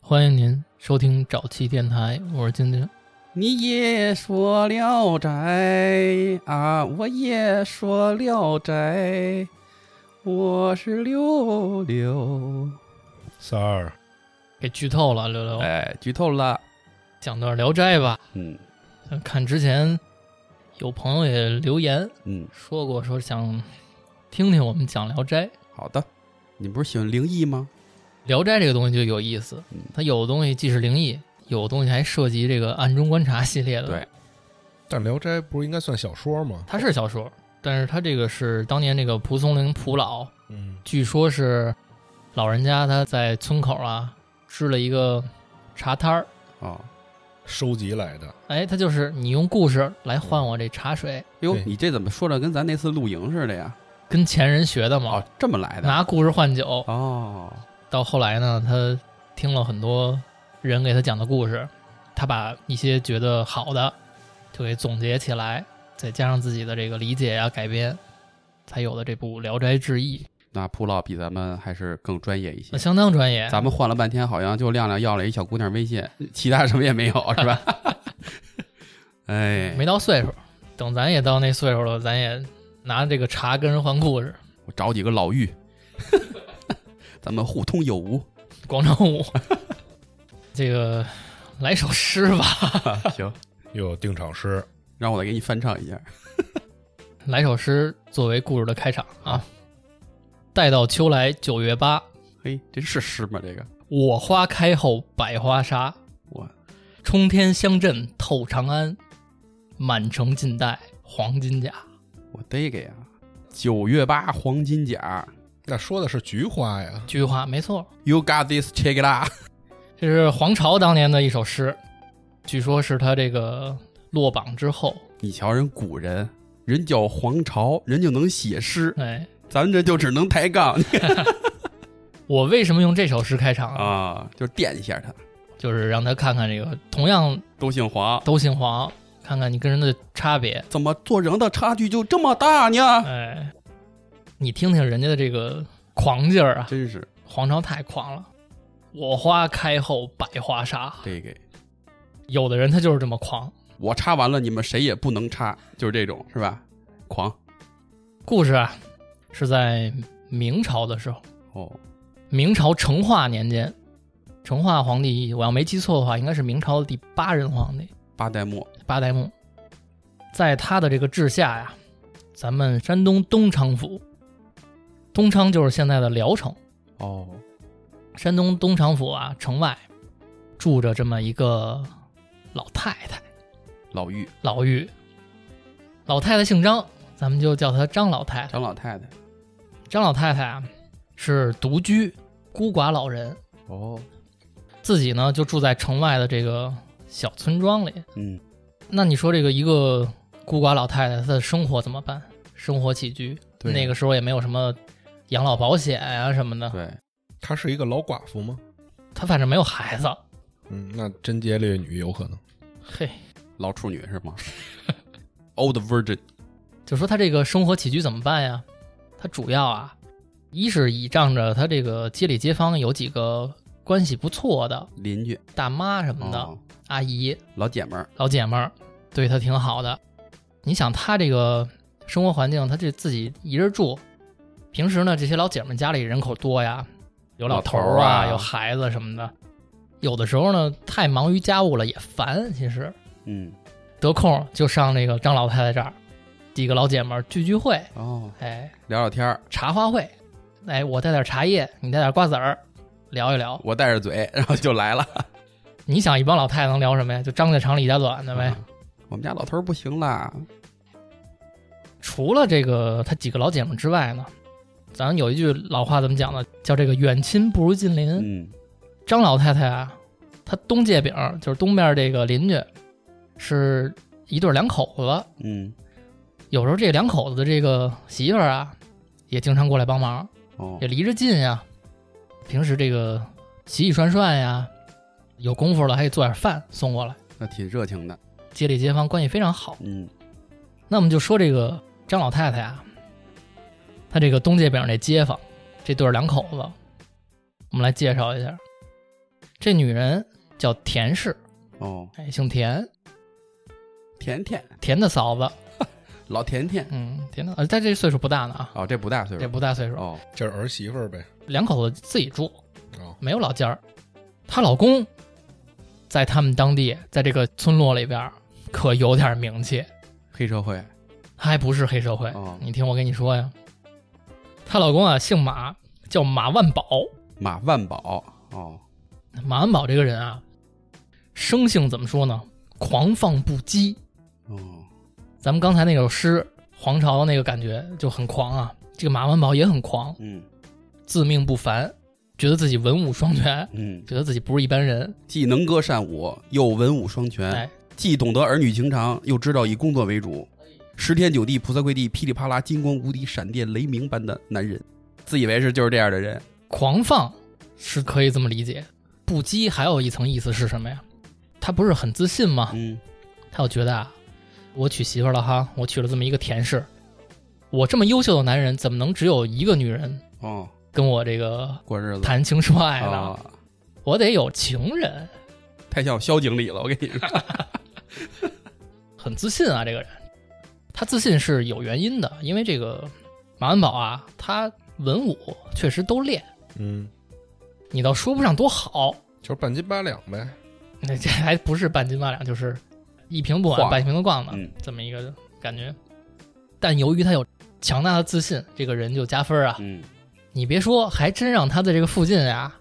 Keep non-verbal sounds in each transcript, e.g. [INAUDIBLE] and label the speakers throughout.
Speaker 1: 欢迎您收听早期电台，我是晶晶。
Speaker 2: 你也说聊斋啊，我也说聊斋，我是六六。
Speaker 3: 三儿，
Speaker 1: 给剧透了，六六，
Speaker 2: 哎，剧透了。
Speaker 1: 讲段《聊斋》吧。
Speaker 2: 嗯
Speaker 1: 看之前有朋友也留言
Speaker 2: 嗯，
Speaker 1: 说过，说想听听我们讲《聊斋》。《
Speaker 2: 好的。你不是喜欢灵异吗？
Speaker 1: 聊斋》这个东西就有意思
Speaker 2: 嗯，
Speaker 1: 它有的东西既是灵异，有的东西还涉及这个暗中观察系列的。
Speaker 2: 对，
Speaker 3: 但《聊斋》不是应该算小说吗？
Speaker 1: 它是小说，但是它这个是当年这个蒲松龄蒲老
Speaker 3: 嗯，
Speaker 1: 据说是老人家他在村口啊支了一个茶摊儿，
Speaker 2: 哦，
Speaker 3: 收集来的。
Speaker 1: 哎，他就是你用故事来换我这茶水，
Speaker 2: 哟，
Speaker 3: 对
Speaker 2: 你这怎么说的跟咱那次露营似的呀？
Speaker 1: 跟前人学的嘛
Speaker 2: 哦，，这么来的。
Speaker 1: 拿故事换酒。
Speaker 2: 哦，
Speaker 1: 到后来呢，他听了很多人给他讲的故事，他把一些觉得好的就给总结起来，再加上自己的这个理解呀、改编，才有了这部《聊斋志异》，
Speaker 2: 那蒲老比咱们还是更专业
Speaker 1: [LAUGHS]
Speaker 2: 一些
Speaker 1: 那。相当专业。
Speaker 2: 咱们换了半天，好像就亮亮要了一小姑娘微信，其他什么也没有，是吧？ [LAUGHS] 哎，
Speaker 1: 没到岁数，等咱也到那岁数了，咱也拿这个茶跟人换故事。
Speaker 2: 我找几个老 [LAUGHS] 妪，咱们互通有无。
Speaker 1: 广场
Speaker 2: [LAUGHS]
Speaker 1: 舞。这个来首诗吧，
Speaker 2: 啊行，
Speaker 3: 又有定场诗，
Speaker 2: 让我再给你翻唱一下。
Speaker 1: 来首诗作为故事的开场啊。待到秋来九月八，
Speaker 2: 嘿，这是诗吗？这个
Speaker 1: 我花开后百花杀，
Speaker 2: 我
Speaker 1: 冲天香阵透长安，满城尽带黄金甲。
Speaker 2: 我逮个呀！九月八黄金甲
Speaker 3: 那说的是菊花呀。
Speaker 1: 这句话没错，
Speaker 2: ，You got this, check it out。
Speaker 1: 这是黄巢当年的一首诗，据说是他这个落榜之后，
Speaker 2: 你瞧人古人，人叫黄巢，人就能写诗，
Speaker 1: 哎，
Speaker 2: 咱们这就只能抬杠
Speaker 1: 我为什么用这首诗开场？
Speaker 2: 啊，就垫一下他。
Speaker 1: 就是让他看看这个同样
Speaker 2: 都姓黄，
Speaker 1: 都姓黄，看看你跟人的差别。
Speaker 2: 怎么做人的差距就这么大呢？
Speaker 1: 哎，你听听人家的这个狂劲儿啊，
Speaker 2: 真是
Speaker 1: 皇朝太狂了。我花开后百花杀，
Speaker 2: 这个，
Speaker 1: 有的人他就是这么狂。
Speaker 2: 我插完了，你们谁也不能插，就是这种是吧？狂
Speaker 1: 故事啊，是在明朝的时候，
Speaker 2: 哦，
Speaker 1: 明朝成化年间，成化皇帝，我要没记错的话，应该是明朝的第八任皇帝
Speaker 2: 八代目
Speaker 1: 八代目。在他的这个治下呀，咱们山东东昌府，东昌就是现在的聊城。
Speaker 2: 哦，
Speaker 1: 山东东昌府啊，城外住着这么一个老太太，
Speaker 2: 老妪
Speaker 1: 老妪。老太太姓张，咱们就叫她张老太太。
Speaker 2: 张老太太
Speaker 1: 张老太太啊，是独居孤寡老人，
Speaker 2: 哦，
Speaker 1: 自己呢就住在城外的这个小村庄里。
Speaker 2: 嗯，
Speaker 1: 那你说这个一个孤寡老太太，她的生活怎么办？生活起居，
Speaker 2: 对
Speaker 1: 那个时候也没有什么养老保险啊什么的，
Speaker 2: 对，
Speaker 3: 她是一个老寡妇吗？
Speaker 1: 她反正没有孩子。
Speaker 3: 嗯，那贞洁烈女有可能。
Speaker 1: 嘿，
Speaker 2: 老处女是吗 [LAUGHS] ？Old Virgin
Speaker 1: 就说他这个生活起居怎么办呀？他主要啊，一是倚仗着他这个街里街坊有几个关系不错的
Speaker 2: 邻居
Speaker 1: 大妈什么的、
Speaker 2: 哦，
Speaker 1: 阿姨、
Speaker 2: 老姐们儿
Speaker 1: 老姐们儿，对他挺好的。你想他这个生活环境，他这自己一人住，平时呢这些老姐们家里人口多呀，有老头儿
Speaker 2: 老头儿啊
Speaker 1: 有孩子什么的。有的时候呢，太忙于家务了也烦，其实
Speaker 2: 嗯
Speaker 1: 得空就上那个张老太太这儿，几个老姐们儿聚聚会，
Speaker 2: 哦，
Speaker 1: 哎，
Speaker 2: 聊聊天儿，
Speaker 1: 茶话会，哎，我带点茶叶，你带点瓜子儿，聊一聊。
Speaker 2: 我带着嘴， [LAUGHS] 然后就来了。
Speaker 1: 你想一帮老太太能聊什么呀？就张家长李家短的呗。
Speaker 2: 啊我们家老头儿不行啦，
Speaker 1: 除了这个他几个老姐们之外呢，咱有一句老话怎么讲呢？叫这个远亲不如近邻。
Speaker 2: 嗯，
Speaker 1: 张老太太啊，她东界饼就是东边这个邻居，是一对两口子。
Speaker 2: 嗯，
Speaker 1: 有时候这两口子的这个媳妇儿啊，也经常过来帮忙。
Speaker 2: 哦
Speaker 1: 也，离着近呀。平时这个洗洗涮涮呀，有功夫了还得做点饭送过来，
Speaker 2: 那挺热情的，
Speaker 1: 街里街坊关系非常好。
Speaker 2: 嗯，
Speaker 1: 那我们就说这个张老太太啊，她这个东界饼这街坊这对儿两口子，我们来介绍一下。这女人叫田氏，
Speaker 2: 哦，
Speaker 1: 哎，姓田，
Speaker 2: 甜甜，
Speaker 1: 田的嫂子，
Speaker 2: 老甜甜。
Speaker 1: 嗯，田的，呃，但这岁数不大呢啊，
Speaker 2: 哦，这不大岁
Speaker 1: 这
Speaker 2: 数。
Speaker 1: 不大岁数，
Speaker 2: 哦，
Speaker 3: 就是儿媳妇儿呗。
Speaker 1: 两口子自己住，
Speaker 3: 哦，
Speaker 1: 没有老家儿。她老公在他们当地，在这个村落里边儿可有点名气，
Speaker 2: 黑社会。
Speaker 1: 他还不是黑社会。
Speaker 2: 哦
Speaker 1: 你听我跟你说呀，她老公啊姓马，叫马万宝。
Speaker 2: 马万宝。哦，
Speaker 1: 马万宝这个人啊，生性怎么说呢？狂放不羁。
Speaker 2: 哦，
Speaker 1: 咱们刚才那首诗，黄巢那个感觉就很狂啊。这个马万宝也很狂，
Speaker 2: 嗯
Speaker 1: 自命不凡，觉得自己文武双全，
Speaker 2: 嗯，
Speaker 1: 觉得自己不是一般人。
Speaker 2: 既能歌善舞，又文武双全，
Speaker 1: 哎，
Speaker 2: 既懂得儿女情长，又知道以工作为主，十天九地菩萨跪地，噼里啪啦金光无敌，闪电雷鸣般的男人，自以为是就是这样的人。
Speaker 1: 狂放是可以这么理解。不羁还有一层意思是什么呀？他不是很自信吗？
Speaker 2: 嗯，
Speaker 1: 他就觉得啊，我娶媳妇儿了哈，我娶了这么一个田氏，我这么优秀的男人，怎么能只有一个女人
Speaker 2: 哦，
Speaker 1: 跟我这个
Speaker 2: 过日子。
Speaker 1: 谈情说爱呢？
Speaker 2: 啊，
Speaker 1: 我得有情人，
Speaker 2: 太像萧经理了，我跟你说。
Speaker 1: [LAUGHS] 很自信啊，这个人。他自信是有原因的，因为这个马文宝啊，他文武确实都练，
Speaker 3: 嗯，
Speaker 1: 你倒说不上多好，
Speaker 3: 就是半斤八两呗。
Speaker 1: 那这还不是半斤八两，就是一瓶不
Speaker 2: 晃
Speaker 1: 碗半瓶子逛的、
Speaker 2: 嗯
Speaker 1: 这么一个感觉。但由于他有强大的自信，这个人就加分啊。
Speaker 2: 嗯，
Speaker 1: 你别说，还真让他在这个附近啊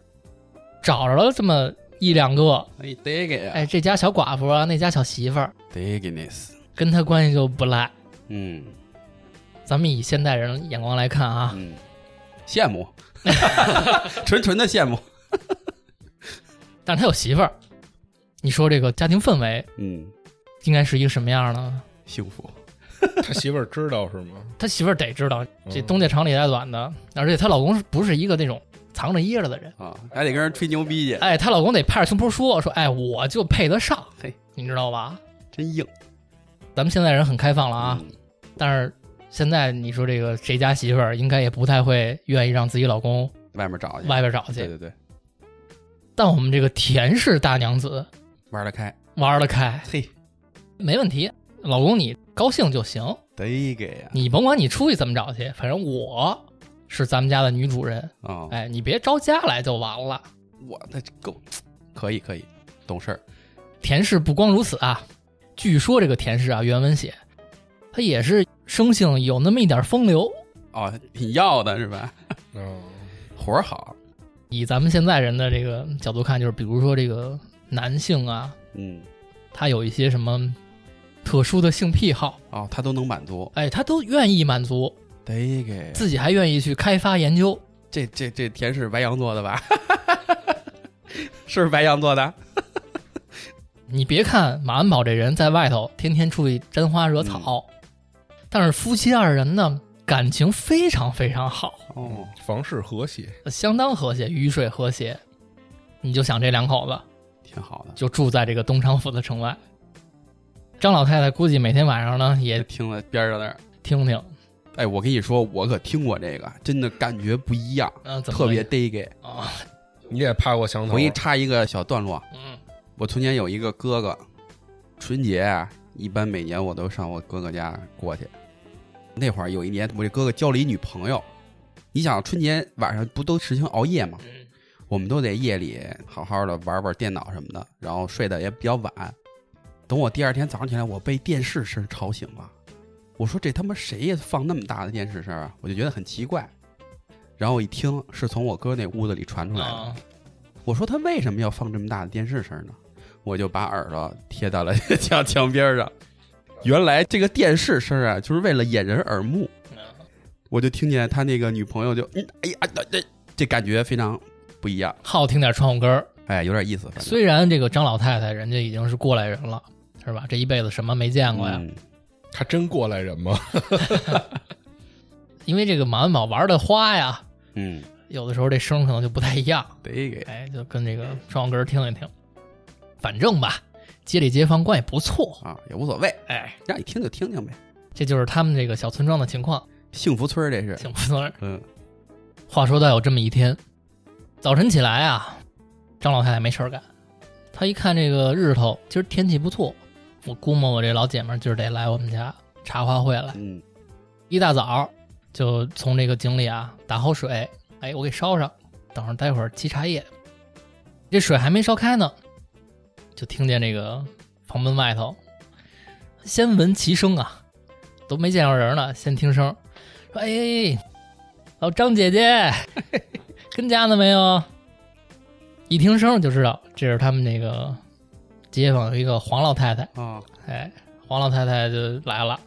Speaker 1: 找着了这么一两个，
Speaker 2: 哎，得给啊，
Speaker 1: 哎，这家小寡妇啊，那家小媳妇儿，
Speaker 2: 得给那死。
Speaker 1: 跟他关系就不赖。
Speaker 2: 嗯
Speaker 1: 咱们以现代人眼光来看啊，
Speaker 2: 嗯，羡慕， [LAUGHS] 纯纯的羡慕。
Speaker 1: 但是他有媳妇儿，你说这个家庭氛围
Speaker 2: 嗯，
Speaker 1: 应该是一个什么样呢？
Speaker 2: 幸福。
Speaker 3: 他媳妇儿知道是吗？
Speaker 1: 他媳妇儿得知道， [LAUGHS] 这
Speaker 3: 嗯
Speaker 1: 东家长里带短的，而且她老公是不是一个那种藏着掖着的人？
Speaker 2: 啊，还得跟人吹牛逼去，
Speaker 1: 哎，她老公得拍着胸脯说说，哎，我就配得上，
Speaker 2: 嘿，
Speaker 1: 你知道吧？
Speaker 2: 真硬
Speaker 1: 咱们现在人很开放了
Speaker 2: 嗯
Speaker 1: 啊，！但是现在你说这个谁家媳妇儿应该也不太会愿意让自己老公
Speaker 2: 嗯外面找去，
Speaker 1: 外边找去，
Speaker 2: 对对对，
Speaker 1: 但我们这个田氏大娘子
Speaker 2: 玩得开，
Speaker 1: 玩得开，
Speaker 2: 嘿，
Speaker 1: 没问题，老公你高兴就行，
Speaker 2: 得给啊呀！
Speaker 1: 你甭管你出去怎么找去，反正我是咱们家的女主人，
Speaker 2: 啊，
Speaker 1: 哎，你别招家来就完了。
Speaker 2: 我那够，可以可以，懂事儿。
Speaker 1: 田氏不光如此啊，据说这个田氏啊，原文写，他也是生性有那么一点风流。
Speaker 2: 哦，你要的是吧？
Speaker 3: 哦，
Speaker 1: 嗯
Speaker 2: 活儿好，
Speaker 1: 以咱们现在人的这个角度看，就是比如说这个男性啊，
Speaker 2: 嗯，
Speaker 1: 他有一些什么特殊的性癖好，
Speaker 2: 哦，他都能满足，
Speaker 1: 哎，他都愿意满足，
Speaker 2: 得给呀。
Speaker 1: 自己还愿意去开发研究。
Speaker 2: 这这这田是白羊座的吧？ [LAUGHS] 是不是白羊座的？
Speaker 1: 你别看马文宝这人在外头天天出去沾花惹草，
Speaker 2: 嗯
Speaker 1: 但是夫妻二人呢感情非常非常好，
Speaker 2: 哦，
Speaker 1: 嗯
Speaker 3: 房事和谐，
Speaker 1: 相当和谐，雨水和谐。你就想这两口子
Speaker 2: 挺好的。
Speaker 1: 就住在这个东昌府的城外，张老太太估计每天晚上呢也
Speaker 2: 听了边上那儿，
Speaker 1: 听听，
Speaker 2: 哎，我跟你说，我可听过这个，真的感觉不一样，
Speaker 1: 嗯、怎么
Speaker 2: 特别得给。
Speaker 1: 啊，
Speaker 3: 你也趴过墙头
Speaker 2: 我给你插一个小段落，啊
Speaker 1: 嗯
Speaker 2: 我从前有一个哥哥，春节啊，一般每年我都上我哥哥家过去。那会儿有一年，我这哥哥交了一女朋友，你想春节晚上不都实行熬夜吗？
Speaker 1: 嗯
Speaker 2: 我们都得夜里好好的玩玩电脑什么的，然后睡得也比较晚。等我第二天早上起来，我被电视声吵醒了。我说这他妈谁呀？放那么大的电视声啊？我就觉得很奇怪。然后我一听是从我哥那屋子里传出来的，
Speaker 1: 啊，
Speaker 2: 我说他为什么要放这么大的电视声呢？我就把耳朵贴到了 [LAUGHS] 墙墙边上。原来这个电视声啊，就是为了掩人耳目。
Speaker 1: 嗯
Speaker 2: 我就听见他那个女朋友就，嗯，哎呀，这这这感觉非常不一样，
Speaker 1: 好听点窗户根儿。
Speaker 2: 哎，有点意思，反正
Speaker 1: 虽然这个张老太太人家已经是过来人了，是吧？这一辈子什么没见过呀？
Speaker 2: 嗯
Speaker 3: 他真过来人吗？ [LAUGHS]
Speaker 1: 因为这个马文宝玩的花呀，
Speaker 2: 嗯，
Speaker 1: 有的时候这声可能就不太一
Speaker 2: [LAUGHS]
Speaker 1: 样，
Speaker 2: 得给，
Speaker 1: 哎，就跟这个双簧根儿听一听。反正吧，街里街坊关系不错，
Speaker 2: 啊，也无所谓，
Speaker 1: 哎，
Speaker 2: 让你听就听听呗，
Speaker 1: 这就是他们这个小村庄的情况，
Speaker 2: 幸福村儿这是，
Speaker 1: 挺不错。
Speaker 2: 嗯
Speaker 1: 话说到有这么一天，早晨起来啊，张老太太没事儿干，她一看这个日头，今儿天气不错，我估摸我这老姐们儿今儿得来我们家茶话会来。
Speaker 2: 嗯，
Speaker 1: 一大早就从这个井里啊打好水，哎，我给烧上，等会儿待会儿沏茶叶。这水还没烧开呢，就听见这个房门外头，先闻其声啊，都没见着人呢，先听声，说：“哎，老张姐姐，跟家呢没有？”一听声就知道这是他们那个街坊有一个黄老太太。
Speaker 2: 啊，
Speaker 1: 哎，黄老太太就来了，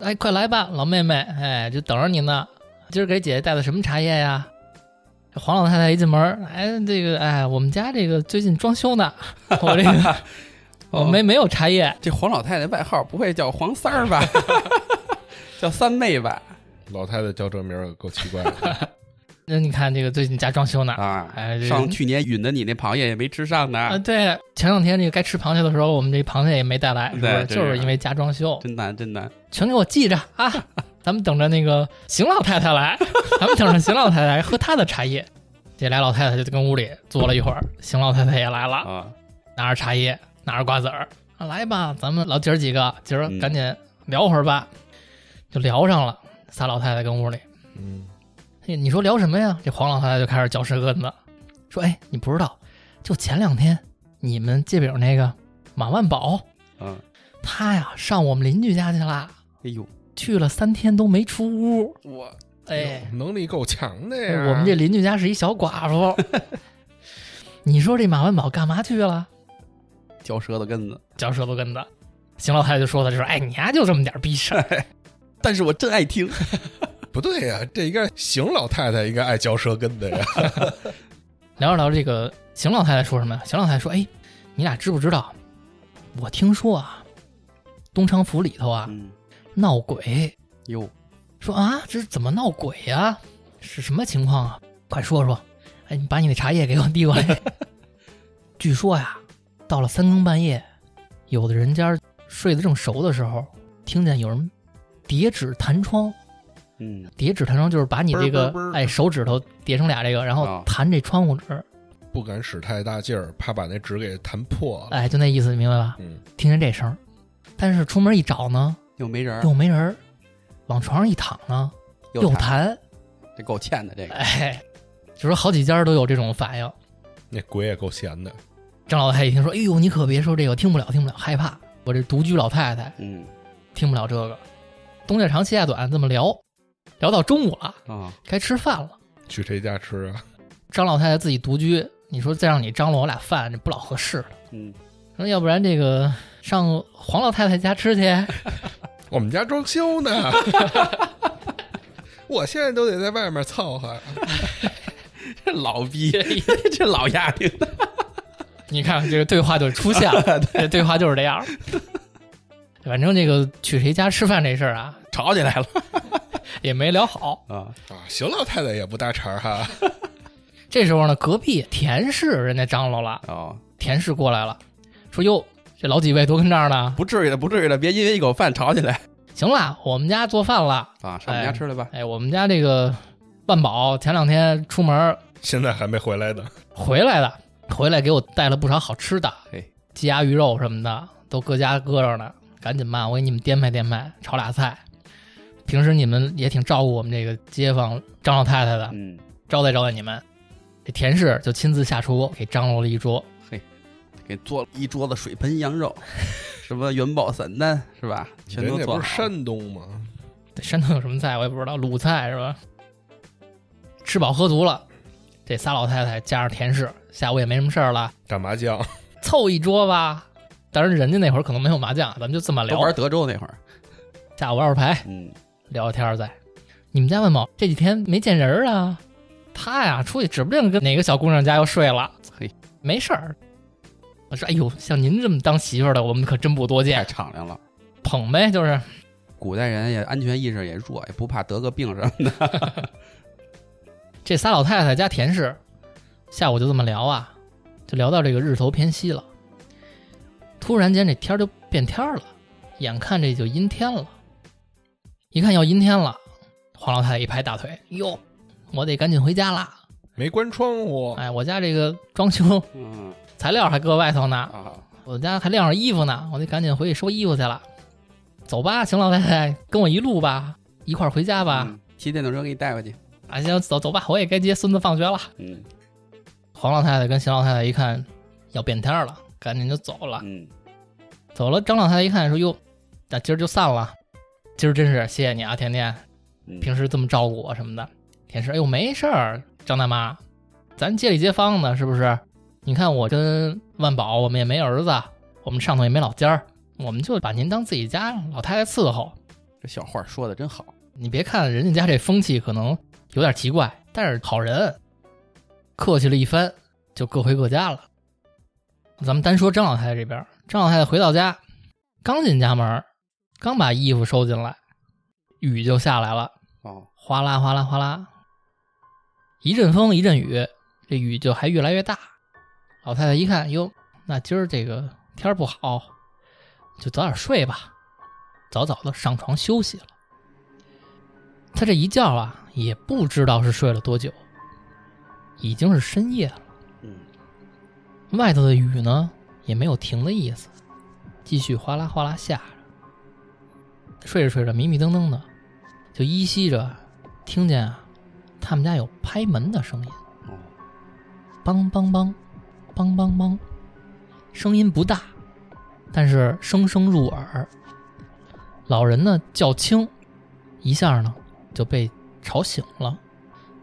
Speaker 1: 哎，快来吧，老妹妹，哎，就等着你呢。今儿给姐姐带的什么茶叶呀？这黄老太太一进门，哎，这个，哎，我们家这个最近装修
Speaker 2: [LAUGHS]
Speaker 1: 呢，我这个
Speaker 2: 哦
Speaker 1: 我没没有茶叶，
Speaker 2: 这黄老太太外号不会叫黄三儿吧？ [LAUGHS] 叫三妹吧？
Speaker 3: 老太太叫这名儿也够奇怪的，
Speaker 1: 那你看这个最近家装修呢，
Speaker 2: 啊，
Speaker 1: 哎，这个
Speaker 2: 上去年允的你那螃蟹也没吃上
Speaker 1: 啊，
Speaker 2: 呢，
Speaker 1: 对，前两天这个该吃螃蟹的时候，我们这螃蟹也没带来，是不
Speaker 2: 对
Speaker 1: 是？
Speaker 2: 真
Speaker 1: 就是
Speaker 2: 是
Speaker 1: 因为家装修，
Speaker 2: 真难真难。
Speaker 1: 全给我记着
Speaker 2: [LAUGHS]
Speaker 1: 啊！咱们等着那个邢老太太来，咱们等着邢老太太来喝她的茶叶。这俩老太太就跟屋里坐了一会儿，邢老太太也来了，
Speaker 2: 啊，
Speaker 1: 拿着茶叶，拿着瓜子儿，啊来吧，咱们老姐儿几个今儿
Speaker 2: 嗯
Speaker 1: 赶紧聊会儿吧，就聊上了。仨老太太跟屋里，
Speaker 3: 嗯，
Speaker 1: 嘿你说聊什么呀？这黄老太太就开始嚼舌根子，说：“哎，你不知道，就前两天你们借饼那个马万宝，
Speaker 2: 嗯，
Speaker 1: 他呀上我们邻居家去了。”
Speaker 2: 哎呦，
Speaker 1: 去了三天都没出屋。
Speaker 2: 我
Speaker 1: 哎，
Speaker 3: 能力够强的呀。
Speaker 1: 我们这啊邻居家是一小寡 [LAUGHS] 妇。你说这马万宝干嘛去了？
Speaker 2: 嚼舌头根子，
Speaker 1: 嚼舌头根子。邢老太太就说他，就说：“哎，你丫就这么点逼事 [LAUGHS] 儿，
Speaker 2: 但是我真爱听。
Speaker 1: 啊
Speaker 3: 不对呀，这应该邢老太太应该爱嚼舌根的呀。
Speaker 1: 聊着聊着这个邢老太太说什么呀？邢老太太说：“哎，你俩知不知道？我听说啊，东昌府里头啊
Speaker 2: 嗯，
Speaker 1: 闹鬼，
Speaker 2: 哟，
Speaker 1: 说啊这怎么闹鬼呀、是什么情况啊？快说说。哎，你把你的茶叶给我递过来。 [LAUGHS] 据说呀，到了三更半夜，有的人家睡得正熟的时候，听见有人叠纸弹窗。
Speaker 2: 嗯，
Speaker 1: 叠纸弹窗就是把你这个
Speaker 3: 啵儿啵儿啵儿
Speaker 1: 哎手指头叠成俩这个，然后
Speaker 2: 啊
Speaker 1: 弹这窗户纸。
Speaker 3: 不敢使太大劲儿，怕把那纸给弹破了。
Speaker 1: 哎，就那意思，你明白吧？
Speaker 3: 嗯，
Speaker 1: 听见这声儿，但是出门一找呢，
Speaker 2: 又没人儿，
Speaker 1: 又没人儿；往床上一躺呢，又
Speaker 2: 又弹，
Speaker 1: 弹。
Speaker 2: 这够欠的这个。
Speaker 1: 哎，就说好几家都有这种反应。
Speaker 3: 那鬼也够闲的。
Speaker 1: 张老太太一听说，哎呦，你可别说这个，听不了，听不了，害怕。我这独居老太太
Speaker 2: 嗯
Speaker 1: 听不了这个。冬夜长，西夜短，这么聊，聊到中午了，
Speaker 2: 啊，
Speaker 1: 该吃饭了。
Speaker 3: 去谁家吃
Speaker 1: [LAUGHS]
Speaker 3: 啊？
Speaker 1: 张老太太自己独居，你说再让你张罗我俩饭，这不老合适。 [LAUGHS]
Speaker 2: 嗯，
Speaker 1: 说要不然这个上黄老太太家吃去， [LAUGHS]
Speaker 3: 我们家装修呢， [LAUGHS] 我现在都得在外面操哈。
Speaker 2: 这老逼， [LAUGHS] 这老丫头，
Speaker 1: 你看这个对话就出现了，这对话就是这样。反正这个去谁家吃饭这事儿啊，
Speaker 2: 吵起来
Speaker 1: [LAUGHS]
Speaker 2: 了
Speaker 1: 也没聊好。
Speaker 2: 啊！
Speaker 3: 啊，邢老太太也不搭茬儿哈。
Speaker 1: 这时候呢，隔壁田氏人家张罗了，
Speaker 2: 哦，
Speaker 1: 田氏过来了，说哟，这老几位都跟这儿呢。
Speaker 2: 不至于的，不至于的，别因为一口饭吵起来
Speaker 1: 行了，我们家做饭了。
Speaker 2: 啊！上我们家吃来吧。
Speaker 1: 哎，我们家这个万宝前两天出门
Speaker 3: 现在还没回来呢。
Speaker 1: 回来的，回来给我带了不少好吃的，
Speaker 2: 嘿，
Speaker 1: 鸡鸭鱼肉什么的都搁家搁着呢，赶紧吧，我给你们颠沛颠沛，炒俩菜。平时你们也挺照顾我们这个街坊张老太太的，
Speaker 2: 嗯，
Speaker 1: 招待招待你们。这田氏就亲自下厨给张罗了一桌，
Speaker 2: 给做了一桌子水盆羊
Speaker 1: [LAUGHS]
Speaker 2: 肉，什么元宝散丹是吧？全
Speaker 3: 人
Speaker 2: 都
Speaker 3: 家
Speaker 2: 做
Speaker 3: 不是
Speaker 2: 好了。
Speaker 3: 山东吗？
Speaker 1: 这山东有什么菜我也不知道，鲁菜是吧？吃饱喝足了，这仨老太太加上田氏，下午也没什么事儿了，
Speaker 3: 打麻将，
Speaker 1: 凑一桌吧。当然，人家那会儿可能没有麻将，咱们就这么
Speaker 2: 都
Speaker 1: 聊。
Speaker 2: 玩德州那会儿，
Speaker 1: 下午玩会儿牌，
Speaker 2: 嗯，
Speaker 1: 聊聊天儿在。你们家万宝这几天没见人儿啊？他呀，出去指不定跟哪个小姑娘家又睡了。
Speaker 2: 嘿，
Speaker 1: 没事儿。我说，哎呦，像您这么当媳妇儿的，我们可真不多
Speaker 2: 太
Speaker 1: 见。
Speaker 2: 敞亮了。
Speaker 1: 捧呗，就是
Speaker 2: 古代人也安全意识也弱，也不怕得个病什么的。
Speaker 1: 这仨老太太加田氏，下午就这么聊啊，就聊到这个日头偏西了。突然间这天儿就变天儿了，眼看这就阴天了。一看要阴天了，黄老太太一拍大腿：“哟，我得赶紧回家啦！
Speaker 3: 没关窗户，
Speaker 1: 哎，我家这个装修 [LAUGHS]
Speaker 2: 嗯
Speaker 1: 材料还搁外头呢，
Speaker 2: 啊，
Speaker 1: 我家还晾着衣服呢，我得赶紧回去收衣服去了。走吧，邢老太太，跟我一路吧，一块儿回家吧。
Speaker 2: 嗯，骑电动车给你带回去。
Speaker 1: 啊，行，走走吧，我也该接孙子放学了。
Speaker 2: 嗯
Speaker 1: 黄老太太跟邢老太太一看要变天儿了，赶紧就走了。
Speaker 2: 嗯，
Speaker 1: 走了，张老太太一看说：“哟，那今儿就散了。今儿真是谢谢你啊，甜甜，
Speaker 2: 嗯
Speaker 1: 平时这么照顾我什么的。”甜师，哎呦，没事儿，张大妈，咱街里街坊的，是不是？你看我跟万宝，我们也没儿子，我们上头也没老家儿，我们就把您当自己家老太太伺候。
Speaker 2: 这小话说的真好。
Speaker 1: 你别看人家家这风气可能有点奇怪，但是好人，客气了一番，就各回各家了。咱们单说张老太太这边，张老太太回到家，刚进家门，刚把衣服收进来，雨就下来了，
Speaker 2: 哦，
Speaker 1: 哗啦哗啦哗啦，一阵风一阵雨，这雨就还越来越大。老太太一看，哟，那今儿这个天儿不好，就早点睡吧，早早的上床休息了。她这一觉啊，也不知道是睡了多久，已经是深夜了。
Speaker 2: 嗯
Speaker 1: 外头的雨呢，也没有停的意思，继续哗啦哗啦下着。睡着睡着，迷迷瞪瞪的，就依稀着听见啊，他们家有拍门的声音。
Speaker 2: 哦，
Speaker 1: 梆梆梆，梆梆梆，声音不大，但是声声入耳。老人呢较轻，一下呢就被吵醒了，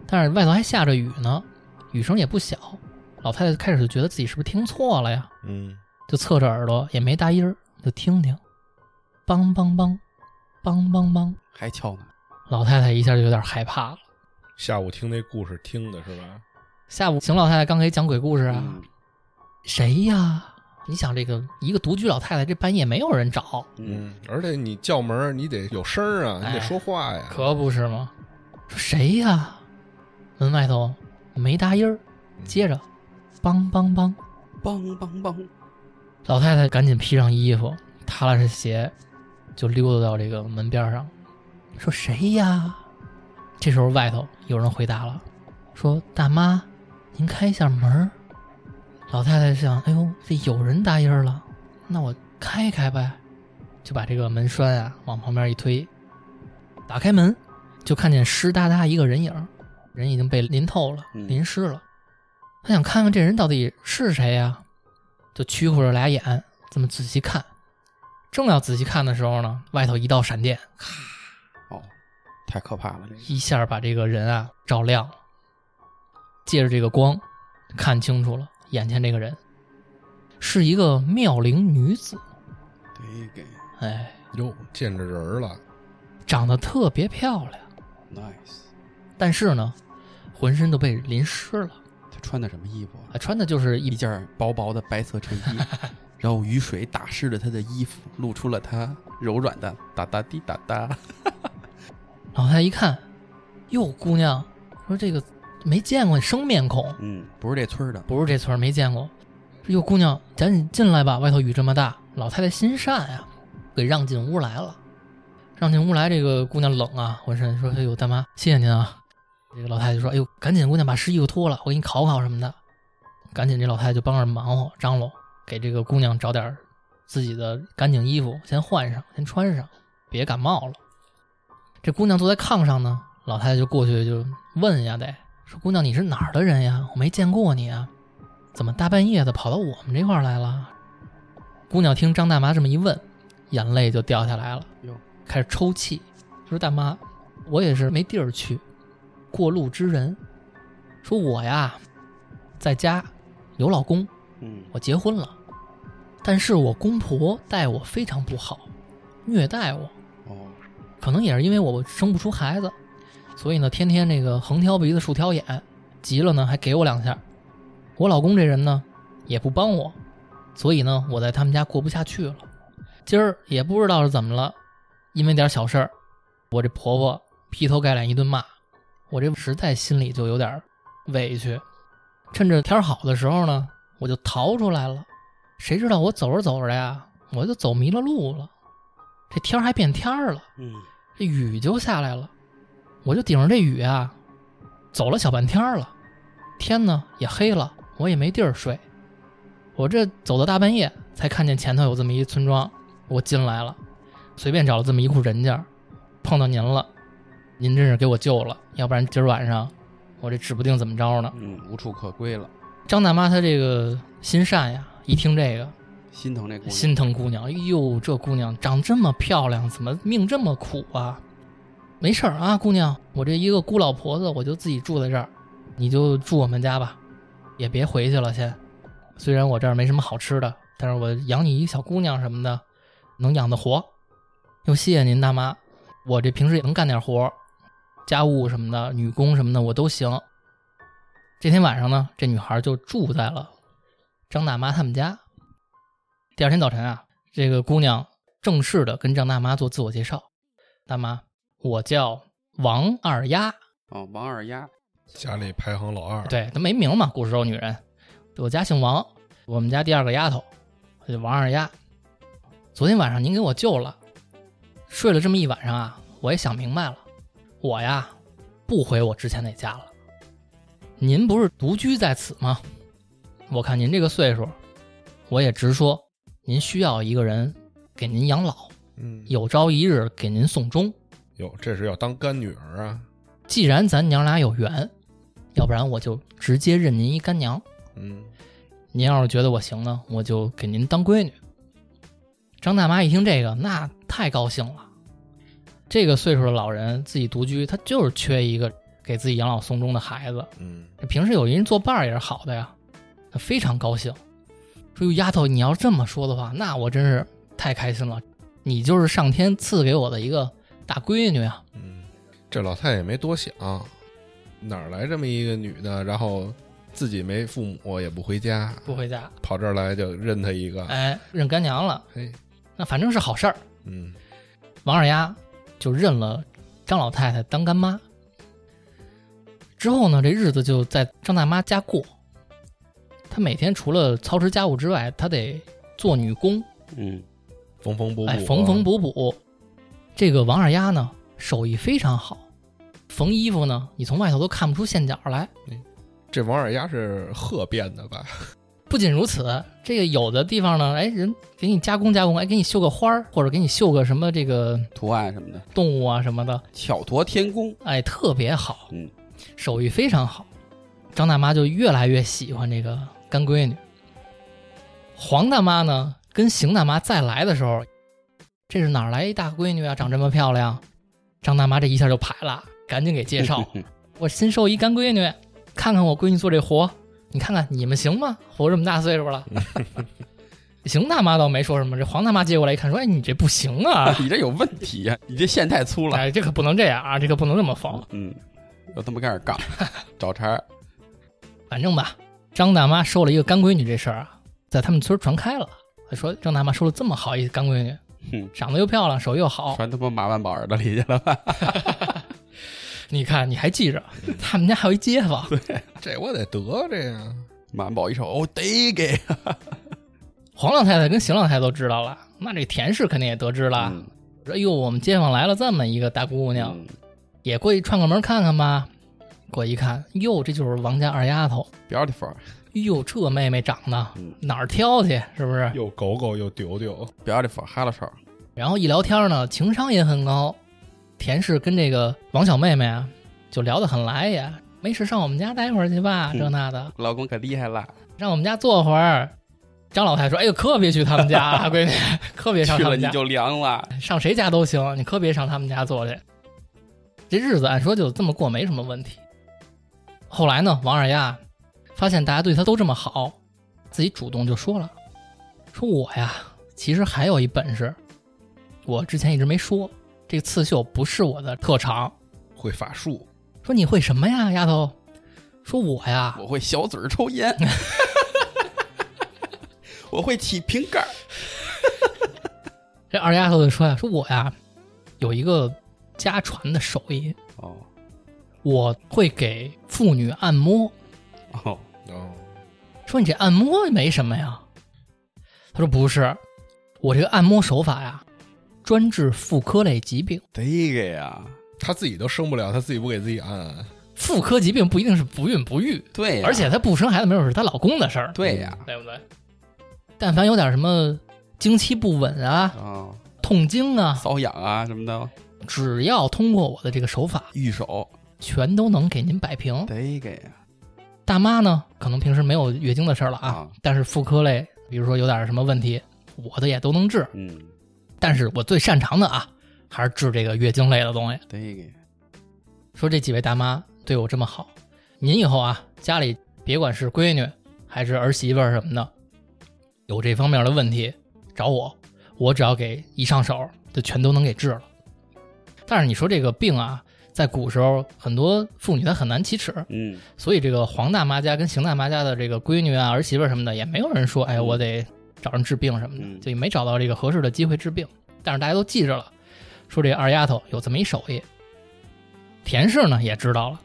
Speaker 1: 但是外头还下着雨呢，雨声也不小。老太太开始就觉得自己是不是听错了呀？
Speaker 3: 嗯，
Speaker 1: 就侧着耳朵也没搭音儿，就听听，梆梆梆，梆梆梆。
Speaker 2: 还敲呢。
Speaker 1: 老太太一下就有点害怕了。
Speaker 3: 下午听那故事听的是吧？
Speaker 1: 下午邢老太太刚给讲鬼故事啊，
Speaker 2: 嗯
Speaker 1: 谁呀？你想这个一个独居老太太，这半夜没有人找，
Speaker 2: 嗯，，
Speaker 3: 而且你叫门儿你得有声儿啊，你得
Speaker 1: 哎
Speaker 3: 说话呀。
Speaker 1: 可不是吗？说谁呀？门外头没搭音儿，
Speaker 3: 嗯
Speaker 1: 接着，梆梆梆，
Speaker 2: 梆梆梆，
Speaker 1: 老太太赶紧披上衣服，踏了是鞋，就溜达到这个门边上，说谁呀？这时候外头有人回答了，说大妈，您开一下门儿。老太太想，哎呦，这有人搭音儿了，那我开开呗，就把这个门栓啊往旁边一推，打开门，就看见湿哒哒一个人影儿，人已经被淋透了，
Speaker 2: 嗯
Speaker 1: 淋湿了。他想看看这人到底是谁呀、就屈乎着俩眼这么仔细看。正要仔细看的时候呢，外头一道闪电，
Speaker 2: 哦，太可怕了，这个
Speaker 1: 一下把这个人啊照亮了。借着这个光，看清楚了，眼前这个人是一个妙龄女子，
Speaker 2: 得给
Speaker 1: 哎，
Speaker 3: 哟，见着人儿了，
Speaker 1: 长得特别漂亮，
Speaker 2: nice。
Speaker 1: 但是呢，浑身都被淋湿了，
Speaker 2: 他穿的什么衣服啊？
Speaker 1: 啊穿的就是
Speaker 2: 一
Speaker 1: 一
Speaker 2: 件薄薄的白色衬 [LAUGHS] 衣，然后雨水打湿了他的衣服，露出了他柔软的哒哒滴哒哒。
Speaker 1: 老太太一看，哟，姑娘，说这个没见过你生面孔，
Speaker 2: 嗯，不是这村儿的，
Speaker 1: 不是这村儿没见过。说哟，姑娘，赶紧进来吧，外头雨这么大。老太太心善呀、给让进屋来了。让进屋来，这个姑娘冷啊，浑身说：“哎呦，大妈，谢谢您啊。”这个老太太就说：“哎呦，赶紧，姑娘，把湿衣服脱了，我给你烤烤什么的。”赶紧，这老太太就帮着忙活张罗，给这个姑娘找点儿自己的干净衣服，先换上，先穿上，别感冒了。这姑娘坐在炕上呢，老太太就过去就问呀，得说：“姑娘，你是哪儿的人呀？我没见过你啊。”怎么大半夜的跑到我们这块儿来了？姑娘听张大妈这么一问，眼泪就掉下来了
Speaker 2: 哟，
Speaker 1: 开始抽泣，说：“大妈，我也是没地儿去，过路之人。说我呀，在家有老公，
Speaker 2: 嗯，
Speaker 1: 我结婚了，但是我公婆待我非常不好，虐待我，
Speaker 2: 哦，
Speaker 1: 可能也是因为我生不出孩子，所以呢，天天这个横挑鼻子竖挑眼，急了呢还给我两下。我老公这人呢也不帮我，所以呢我在他们家过不下去了。今儿也不知道是怎么了，因为点小事儿，我这婆婆劈头盖脸一顿骂，我这实在心里就有点委屈。趁着天儿好的时候呢，我就逃出来了。谁知道我走着走着呀，我就走迷了路了，这天儿还变天儿了。
Speaker 2: 嗯，
Speaker 1: 这雨就下来了，我就顶着这雨啊，走了小半天儿了，天呢也黑了，我也没地儿睡。我这走到大半夜才看见前头有这么一村庄，我进来了，随便找了这么一户人家，碰到您了，您真是给我救了，要不然今儿晚上我这指不定怎么着呢。
Speaker 2: 嗯，无处可归了，
Speaker 1: 张大妈她这个心善呀，一听这个
Speaker 2: 心疼这姑娘。
Speaker 1: 心疼姑娘，哎呦，这姑娘长这么漂亮，怎么命这么苦啊？没事儿啊，姑娘，我这一个孤老婆子，我就自己住在这儿，你就住我们家吧，也别回去了先。虽然我这儿没什么好吃的，但是我养你一小姑娘什么的，能养得活。又谢谢您大妈，我这平时也能干点活儿，家务什么的、女工什么的我都行。这天晚上呢，这女孩就住在了张大妈他们家。第二天早晨啊，这个姑娘正式的跟张大妈做自我介绍：“大妈，我叫王二丫，
Speaker 2: 哦，王二丫，
Speaker 3: 家里排行老二，
Speaker 1: 对，她没名嘛，古时候女人，我家姓王，我们家第二个丫头，就王二丫。昨天晚上您给我救了，睡了这么一晚上啊，我也想明白了，我呀不回我之前那家了。您不是独居在此吗？我看您这个岁数，我也直说，您需要一个人给您养老，
Speaker 3: 嗯，
Speaker 1: 有朝一日给您送终。
Speaker 3: 哟，这是要当干女儿啊，
Speaker 1: 既然咱娘俩有缘，要不然我就直接认您一干娘。
Speaker 3: 嗯，
Speaker 1: 您要是觉得我行呢，我就给您当闺女。张大妈一听这个，那太高兴了。这个岁数的老人自己独居，他就是缺一个给自己养老送终的孩子。
Speaker 3: 嗯，
Speaker 1: 平时有人作伴儿也是好的呀，他非常高兴，说：“哟，丫头，你要这么说的话，那我真是太开心了，你就是上天赐给我的一个大闺女啊！
Speaker 3: 嗯，这老太太也没多想，哪儿来这么一个女的，然后自己没父母也不回家，
Speaker 1: 不回家，
Speaker 3: 跑这儿来就认她一个，
Speaker 1: 哎，认干娘了，
Speaker 3: 啊嘿，
Speaker 1: 那反正是好事儿。”
Speaker 3: 嗯，
Speaker 1: 王二丫就认了张老太太当干妈。之后呢，这日子就在张大妈家过。她每天除了操持家务之外，她得做女工，
Speaker 2: 嗯，
Speaker 3: 缝缝补补，啊
Speaker 1: 哎，缝缝，补补。这个王二丫呢，手艺非常好，缝衣服呢，你从外头都看不出线脚来。
Speaker 3: 这王二丫是鹤变的吧？
Speaker 1: 不仅如此，这个有的地方呢，哎，人给你加工加工，哎，给你绣个花儿，或者给你绣个什么这个
Speaker 2: 图案什么的，
Speaker 1: 动物啊什么的，
Speaker 2: 巧夺天工。
Speaker 1: 哎，特别好，
Speaker 2: 嗯
Speaker 1: 手艺非常好。张大妈就越来越喜欢这个干闺女。黄大妈呢，跟邢大妈再来的时候，这是哪儿来一大闺女啊，长这么漂亮？张大妈这一下就排了，赶紧给介
Speaker 2: [LAUGHS]
Speaker 1: 绍，我新收一干闺女，看看我闺女做这活，你看看你们行吗？活这么大岁数了。邢大妈倒没说什么，这黄大妈接过来一看，说：“哎，你这不行啊
Speaker 2: [LAUGHS] ，你这有问题呀、你这线太粗了。
Speaker 1: 哎，这可不能这样啊，这可不能这么缝。”
Speaker 2: 嗯，又他妈开始
Speaker 1: [LAUGHS]
Speaker 2: 杠，找茬儿。
Speaker 1: 反正吧，张大妈收了一个干闺女这事儿啊，在他们村儿传开了。说张大妈收了这么好一干闺女，
Speaker 2: 哼
Speaker 1: 长得又漂亮，手艺又
Speaker 2: [LAUGHS]
Speaker 1: 好，
Speaker 2: 传他妈马万宝耳朵里去了吧？
Speaker 1: 你看你还记
Speaker 2: [LAUGHS]
Speaker 1: 着，他们家还有一街坊，
Speaker 3: 这我得得这个，
Speaker 2: 马万宝一瞅，哦，得给
Speaker 1: 黄老太太跟邢老太太都知道了，那这田氏肯定也得知了。
Speaker 2: 嗯
Speaker 1: 说哎呦，我们街坊来了这么一个大姑娘，
Speaker 2: 嗯
Speaker 1: 也过去串个门看看吧。过去一看，哟，这就是王家二丫头。
Speaker 2: ，beautiful，
Speaker 1: 哟，这妹妹长得
Speaker 2: 嗯
Speaker 1: 哪儿挑去？是不是？
Speaker 3: 又狗狗又丢丢，
Speaker 2: beautiful，哈拉手，
Speaker 1: 然后一聊天呢，情商也很高。田氏跟这个王小妹妹啊，就聊得很来也，没事上我们家待会儿去吧，
Speaker 2: 嗯
Speaker 1: 这那的，
Speaker 2: 老公可厉害了，
Speaker 1: 让我们家坐会儿。张老太说：“哎呦，可别去他们家啊，闺女，可别上
Speaker 2: 去
Speaker 1: 他
Speaker 2: 了
Speaker 1: 们
Speaker 2: 你
Speaker 1: 家，
Speaker 2: 就凉了。
Speaker 1: 上谁家都行，你可别上他们家坐去。”这日子按说就这么过，没什么问题。后来呢，王二丫发现大家对她都这么好，自己主动就说了：“说我呀，其实还有一本事，我之前一直没说，这个刺绣不是我的特长。
Speaker 3: 会法术，
Speaker 1: 说你会什么呀，丫头？说我呀，
Speaker 2: 我会小嘴儿抽
Speaker 1: [LAUGHS]
Speaker 2: 烟，我会起瓶盖儿。
Speaker 1: 这二丫头就说呀，说我呀，有一个家传的手艺，
Speaker 2: 哦
Speaker 1: 我会给妇女按摩。
Speaker 2: 哦，
Speaker 3: 哦，
Speaker 1: 说你这按摩没什么呀？她说不是，我这个按摩手法呀，专治妇科类疾病。
Speaker 2: 得给呀、
Speaker 3: 她自己都生不了，她自己不给自己按，
Speaker 1: 妇科疾病不一定是不孕不育，
Speaker 2: 对呀、
Speaker 1: 而且她不生孩子没准是她老公的事儿，
Speaker 2: 对呀、
Speaker 1: 对不对？但凡有点什么经期不稳啊、
Speaker 2: 啊，
Speaker 1: 痛经啊，
Speaker 2: 瘙痒啊什么的，
Speaker 1: 只要通过我的这个手法，
Speaker 2: 御手
Speaker 1: 全都能给您摆平。
Speaker 2: 得给呀
Speaker 1: 大妈呢，可能平时没有月经的事儿了啊
Speaker 2: 啊，
Speaker 1: 但是妇科类，比如说有点什么问题，我的也都能治。
Speaker 2: 嗯，
Speaker 1: 但是我最擅长的啊，还是治这个月经类的东西。
Speaker 2: 得给，
Speaker 1: 说这几位大妈对我这么好，您以后啊，家里别管是闺女还是儿媳妇儿什么的，有这方面的问题找我，我只要给一上手，就全都能给治了。但是你说这个病啊，在古时候很多妇女她很难启齿，
Speaker 2: 嗯，
Speaker 1: 所以这个黄大妈家跟邢大妈家的这个闺女啊、儿媳妇儿什么的，也没有人说，哎，
Speaker 2: 嗯
Speaker 1: 我得找人治病什么的，
Speaker 2: 嗯
Speaker 1: 就也没找到这个合适的机会治病。但是大家都记着了，说这二丫头有这么一手艺。田氏呢也知道了，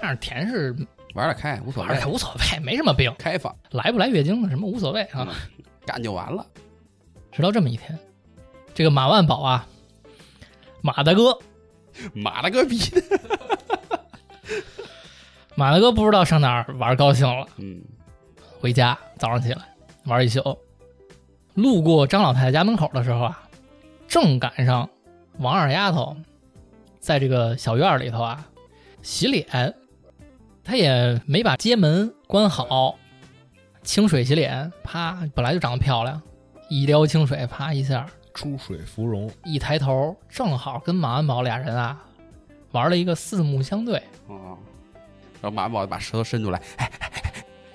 Speaker 1: 但是田氏
Speaker 2: 玩得开无所
Speaker 1: 玩
Speaker 2: 谓
Speaker 1: 儿，无所谓，没什么病，
Speaker 2: 开放
Speaker 1: 来不来月经呢什么无所谓啊。
Speaker 2: 嗯干就完了，
Speaker 1: 直到这么一天，这个马万宝啊，马大哥，
Speaker 2: 马了个逼的，
Speaker 1: 马大哥不知道上哪儿玩儿高兴了。
Speaker 2: 嗯，
Speaker 1: 回家，早上起来玩一宿。路过张老太太家门口的时候啊，正赶上王二丫头在这个小院里头啊洗脸，她也没把街门关好，清水洗脸，啪，本来就长得漂亮，一撩清水，啪一下，
Speaker 3: 出水芙蓉，
Speaker 1: 一抬头，正好跟马安宝俩人啊玩了一个四目相对。
Speaker 2: 哦，然后马宝把舌头伸出来，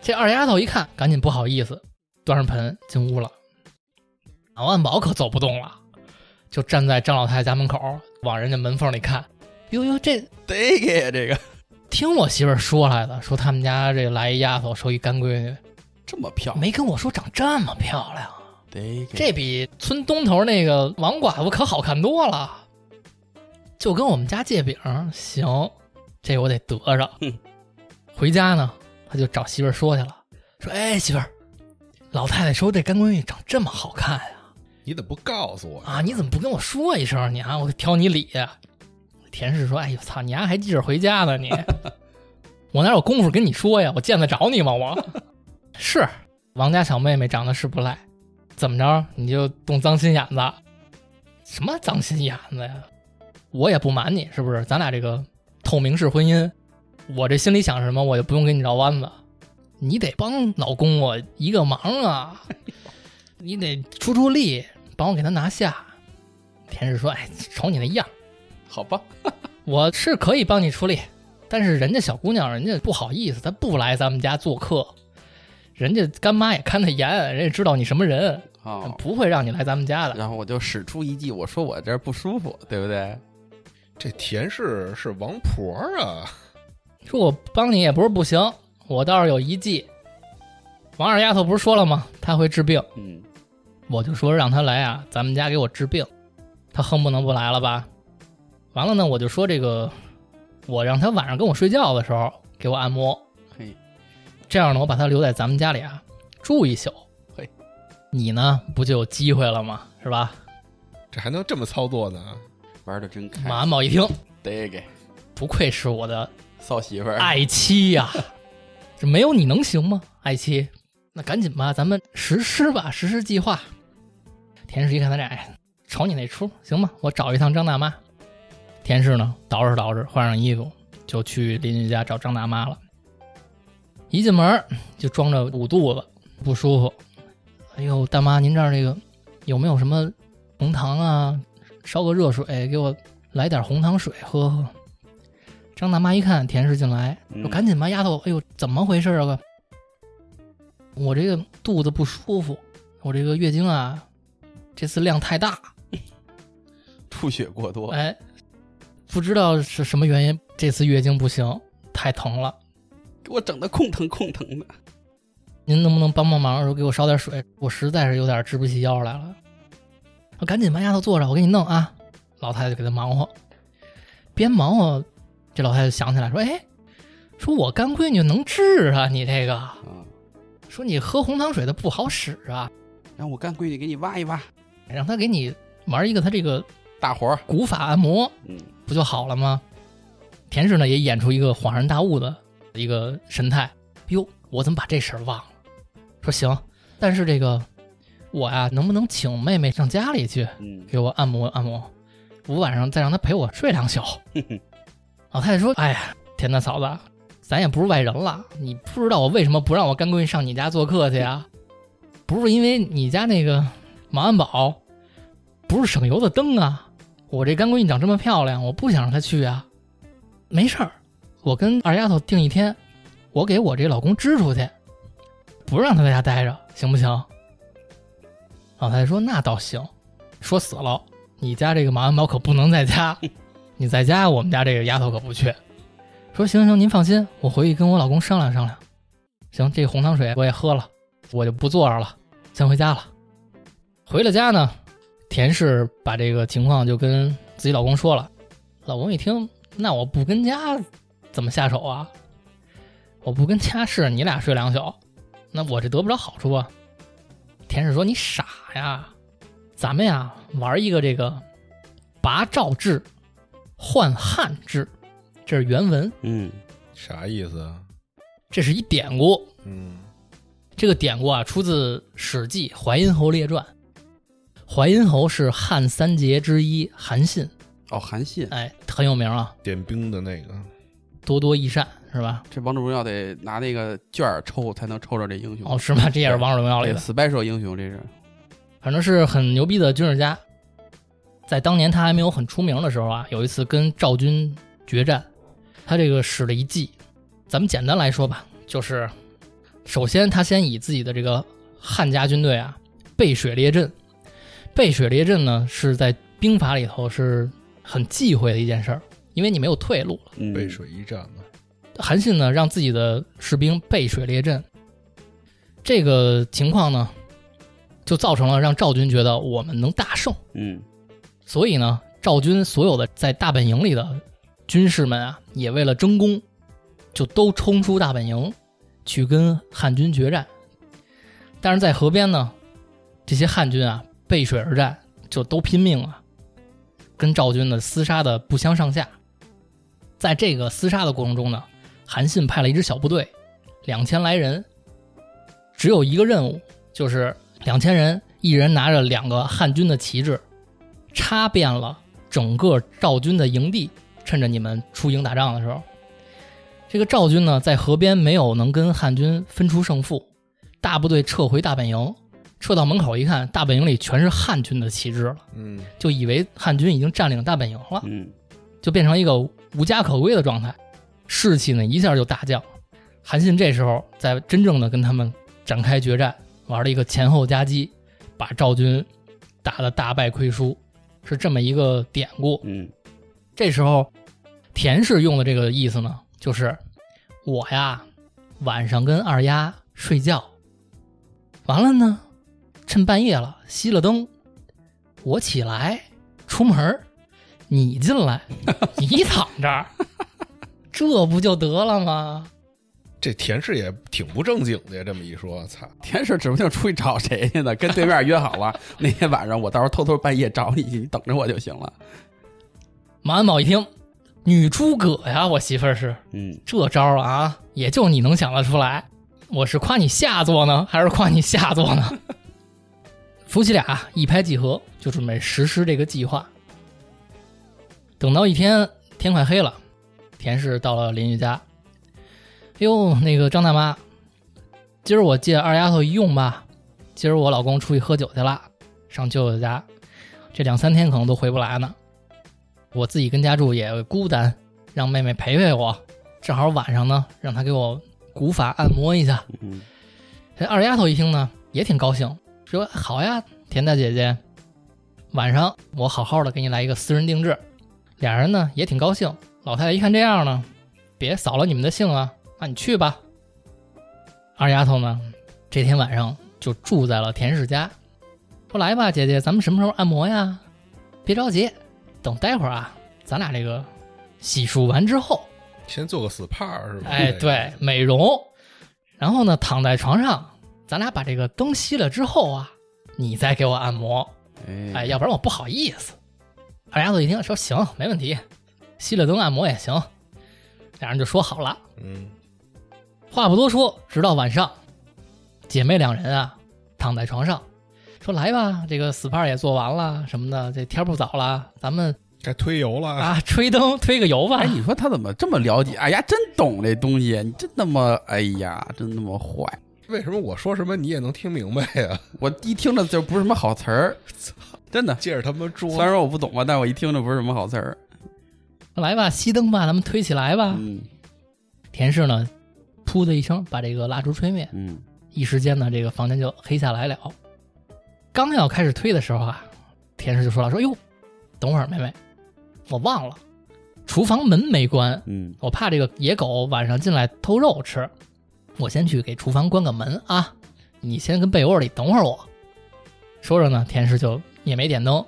Speaker 1: 这二丫头一看，赶紧不好意思，端上盆进屋了。马万宝可走不动了，就站在张老太太家门口，往人家门缝里看。哟哟，这
Speaker 2: 得给呀这个
Speaker 1: 听我媳妇儿说来的，说他们家这来一丫头，说一干闺女，
Speaker 2: 这么漂亮，
Speaker 1: 没跟我说长这么漂亮，
Speaker 2: 得给
Speaker 1: 这比村东头那个王寡妇可好看多了。就跟我们家借饼，行，这我得得着
Speaker 2: 哼。
Speaker 1: 回家呢，他就找媳妇儿说去了，说：“哎，媳妇儿，老太太说这干闺女长这么好看呀、
Speaker 3: 你怎么不告诉我呀
Speaker 1: 啊，你怎么不跟我说一声？你啊，我挑你理呀、田氏说：“哎呦，操，你丫、还记着回家呢你？我哪有功夫跟你说呀？我见得着你吗？我是王家小妹妹长得是不赖，怎么着你就动脏心眼子？什么脏心眼子呀？我也不瞒你，是不是？咱俩这个透明式婚姻，我这心里想什么，我就不用跟你绕弯子。你得帮老公我一个忙啊，你得出出力，帮我给他拿下。田氏说：“哎，瞅你那样，
Speaker 2: 好吧，
Speaker 1: 我是可以帮你出力，但是人家小姑娘，人家不好意思，她不来咱们家做客，人家干妈也看得严，人家知道你什么人，
Speaker 2: 哦，
Speaker 1: 不会让你来咱们家的。
Speaker 2: 然后我就使出一计，我说我这儿不舒服，对不对？
Speaker 3: 这田氏是王婆啊，
Speaker 1: 说我帮你也不是不行，我倒是有一计。王二丫头不是说了吗？她会治病，
Speaker 2: 嗯，
Speaker 1: 我就说让她来啊，咱们家给我治病。她哼不能不来了吧？完了呢，我就说这个，我让她晚上跟我睡觉的时候给我按摩。”
Speaker 2: 嘿，
Speaker 1: 这样呢，我把他留在咱们家里啊，住一宿。
Speaker 2: 嘿，
Speaker 1: 你呢不就有机会了吗？是吧？
Speaker 3: 这还能这么操作呢？
Speaker 2: 玩的真
Speaker 1: 马
Speaker 2: 开，
Speaker 1: 安宝一听，
Speaker 2: 得给
Speaker 1: 不愧是我的
Speaker 2: 骚媳妇儿，
Speaker 1: 爱妻呀、这没有你能行吗？爱妻，那赶紧吧，咱们实施吧，实施计划。田氏一看他这，哎，瞅你那出，行吧，我找一趟张大妈。田氏呢，捯饬捯饬，换上衣服，就去邻居家找张大妈了。一进门儿就装着捂肚子，不舒服。哎呦，大妈，您这儿这个有没有什么红糖啊？烧个热水，给我来点红糖水喝喝。张大妈一看田氏进来，说：“
Speaker 2: 嗯
Speaker 1: 赶紧吧，丫头，哎呦，怎么回事啊？哥我这个肚子不舒服，我这个月经啊，这次量太大，
Speaker 2: 吐血过多，
Speaker 1: 哎，不知道是什么原因，这次月经不行，太疼了。
Speaker 2: 给我整的空腾空腾的，
Speaker 1: 您能不能帮帮忙，说给我烧点水？我实在是有点支不起腰来了。啊赶紧吧，丫头坐着，我给你弄啊。老太太就给她忙活，边忙活，这老太太就想起来说：“哎，说我干闺女能治啊，你这个，
Speaker 2: 啊，
Speaker 1: 说你喝红糖水的不好使啊，
Speaker 2: 让我干闺女给你挖一挖，
Speaker 1: 让她给你玩一个她这个
Speaker 2: 大活儿，
Speaker 1: 古法按摩
Speaker 2: 嗯，
Speaker 1: 不就好了吗？”田氏呢也演出一个恍然大悟的一个神态，哟，我怎么把这事儿忘了？说行，但是这个我呀、能不能请妹妹上家里去
Speaker 2: 嗯，
Speaker 1: 给我按摩按摩？我晚上再让她陪我睡两宿。老太太说：“哎呀，田大嫂子，咱也不是外人了，你不知道我为什么不让我干闺女上你家做客去啊？不是因为你家那个马安宝不是省油的灯啊，我这干闺女长这么漂亮，我不想让她去啊。没事儿，我跟二丫头定一天，我给我这老公支出去，不让她在家待着，行不行？老太太说：“那倒行。”说死了，你家这个马安宝可不能在家，你在家我们家这个丫头可不去。说行行，您放心，我回去跟我老公商量商量。行，这红糖水我也喝了，我就不坐着了，先回家了。回了家呢，田氏把这个情况就跟自己老公说了。老公一听，那我不跟家怎么下手啊？我不跟家是你俩睡两宿，那我这得不着好处啊。田氏说：“你傻呀，咱们呀玩一个这个拔赵制换汉制，这是原文。
Speaker 2: 嗯，
Speaker 3: 啥意思啊？
Speaker 1: 这是一典故。
Speaker 3: 嗯
Speaker 1: 这个典故啊，出自《史记·淮阴侯列传》。淮阴侯是汉三杰之一韩信，
Speaker 2: 哦，韩信，
Speaker 1: 哎，很有名啊，，
Speaker 3: 点兵的那个，
Speaker 1: 多多益善是吧？
Speaker 2: 这王者荣耀得拿那个券儿抽才能抽着这英雄。
Speaker 1: 哦，是吗？这也是王者荣耀
Speaker 2: 这
Speaker 1: 里的，
Speaker 2: 个 special 英雄这是，
Speaker 1: 反正是很牛逼的军事家。在当年他还没有很出名的时候啊，有一次跟赵军决战，他这个使了一计。咱们简单来说吧，就是首先他先以自己的这个汉家军队啊背水列阵。背水列阵呢是在兵法里头是很忌讳的一件事儿，因为你没有退路了。
Speaker 2: 嗯
Speaker 3: 背水一战嘛。
Speaker 1: 韩信呢让自己的士兵背水列阵，这个情况呢就造成了让赵军觉得我们能大胜。
Speaker 2: 嗯
Speaker 1: 所以呢，赵军所有的在大本营里的军士们啊，也为了争功，就都冲出大本营，去跟汉军决战。但是在河边呢，这些汉军啊背水而战，就都拼命啊，跟赵军的厮杀的不相上下。在这个厮杀的过程中呢，韩信派了一支小部队，两千来人，只有一个任务，就是两千人，一人拿着两个汉军的旗帜，插遍了整个赵军的营地，趁着你们出营打仗的时候，这个赵军呢在河边没有能跟汉军分出胜负，大部队撤回大本营，撤到门口一看，大本营里全是汉军的旗帜了，
Speaker 3: 嗯，
Speaker 1: 就以为汉军已经占领大本营了，
Speaker 2: 嗯，
Speaker 1: 就变成一个无家可归的状态，士气呢一下就大降。韩信这时候在真正的跟他们展开决战，玩了一个前后夹击，把赵军打得大败亏输，是这么一个典故。
Speaker 2: 嗯
Speaker 1: 这时候，田氏用的这个意思呢，就是我呀，晚上跟二丫睡觉，完了呢，趁半夜了，熄了灯，我起来出门儿，你进来，你躺这儿，这不就得了吗？
Speaker 3: 这田氏也挺不正经的呀，这么一说，操，
Speaker 2: 田氏指不定出去找谁去呢，跟对面约好了，那天晚上我到时候偷偷半夜找你，你等着我就行了。
Speaker 1: 马安宝一听，女诸葛呀，我媳妇儿是
Speaker 2: 嗯，
Speaker 1: 这招儿啊，也就你能想得出来。我是夸你下作呢，还是夸你下作呢？ [LAUGHS] 夫妻俩一拍即合，就准备实施这个计划。等到一天天快黑了，田氏到了邻居家，哎呦，那个张大妈，今儿我借二丫头一用吧，今儿我老公出去喝酒去了，上舅舅家，这两三天可能都回不来呢。我自己跟家住也孤单，让妹妹陪陪我。正好晚上呢，让她给我古法按摩一下。
Speaker 2: 嗯
Speaker 1: 这二丫头一听呢，也挺高兴，说：“好呀，田大姐姐，晚上我好好的给你来一个私人定制。”俩人呢也挺高兴。老太太一看这样呢，别扫了你们的兴啊，那你去吧。二丫头呢，这天晚上就住在了田氏家，说：“来吧，姐姐，咱们什么时候按摩呀？别着急，等待会儿啊，咱俩这个洗漱完之后，
Speaker 3: 先做个 SPA 是吧？
Speaker 1: 哎，
Speaker 3: 这个
Speaker 1: 对，，美容。然后呢，躺在床上，咱俩把这个灯熄了之后啊，你再给我按摩，哎，
Speaker 2: 哎
Speaker 1: 要不然我不好意思。二丫头一听说行，没问题，熄了灯按摩也行。俩人就说好了。
Speaker 3: 嗯
Speaker 1: 话不多说，直到晚上，姐妹两人啊躺在床上，说来吧，这个 SPA 也做完了什么的，这天儿不早了，咱们
Speaker 3: 该推油了。
Speaker 1: 啊吹灯 [LAUGHS] 推个油吧。
Speaker 2: 哎，你说他怎么这么了解？哎呀，真懂这东西，你真那么，哎呀，真那么坏。
Speaker 3: 为什么我说什么你也能听明白呀？
Speaker 2: 我一听着就不是什么好词儿，真的。
Speaker 3: 接着他妈说，
Speaker 2: 虽然说我不懂吧，但我一听着不是什么好词儿。
Speaker 1: 来吧，熄灯吧，咱们推起来吧。
Speaker 2: 嗯
Speaker 1: 田氏呢，噗的一声把这个蜡烛吹灭，
Speaker 2: 嗯，
Speaker 1: 一时间呢，这个房间就黑下来了。刚要开始推的时候啊，田氏就说了：“说哟，等会儿，妹妹，我忘了，厨房门没关，
Speaker 2: 嗯
Speaker 1: 我怕这个野狗晚上进来偷肉吃，我先去给厨房关个门啊，你先跟被窝里等会儿我。”说着呢，田氏就也没点灯，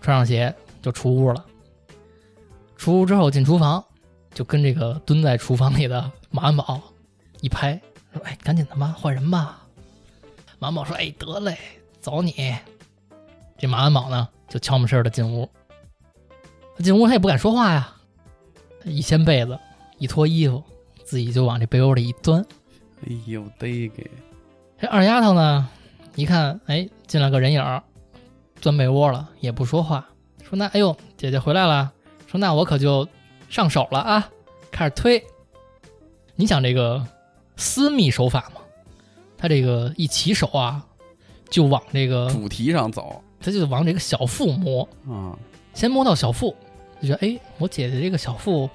Speaker 1: 穿上鞋就出屋了。出屋之后进厨房，就跟这个蹲在厨房里的马安宝一拍，说：“哎，赶紧他妈换人吧！”马安宝说：“哎，得嘞，走你。”这马安宝呢，就悄没声的进屋。进屋他也不敢说话呀，一掀被子，一脱衣服，自己就往这被窝里一钻。
Speaker 2: 哎呦，得给，
Speaker 1: 这二丫头呢，一看，哎，进来个人影儿，钻被窝了，也不说话，说那哎呦，姐姐回来了，说那我可就上手了啊，开始推。你想这个私密手法嘛，他这个一起手啊，就往这个，
Speaker 2: 主题上走
Speaker 1: 他就往这个小腹摸，
Speaker 2: 啊，
Speaker 1: 先摸到小腹，就觉得哎，我姐姐这个小腹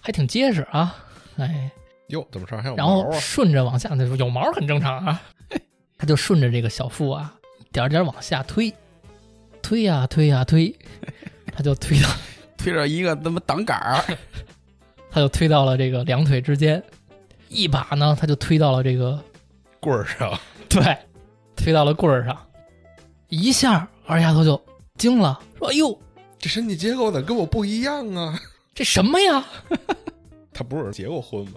Speaker 1: 还挺结实啊，哎，
Speaker 3: 哟，怎么上还有
Speaker 1: 然
Speaker 3: 毛
Speaker 1: 后
Speaker 3: 啊？
Speaker 1: 顺着往下，他说有毛很正常啊， [LAUGHS] 他就顺着这个小腹啊，一点儿点儿往下推，推呀、推呀、推，他就推到 [LAUGHS]
Speaker 2: 推着一个他妈挡杆儿， [LAUGHS]
Speaker 1: 他就推到了这个两腿之间，一把呢他就推到了这个
Speaker 3: 棍儿上，
Speaker 1: 对，推到了棍儿上，一下二丫头就惊了，说：“哎呦，
Speaker 3: 这身体结构怎么跟我不一样啊？
Speaker 1: 这什么呀？
Speaker 3: 他不是结过婚吗？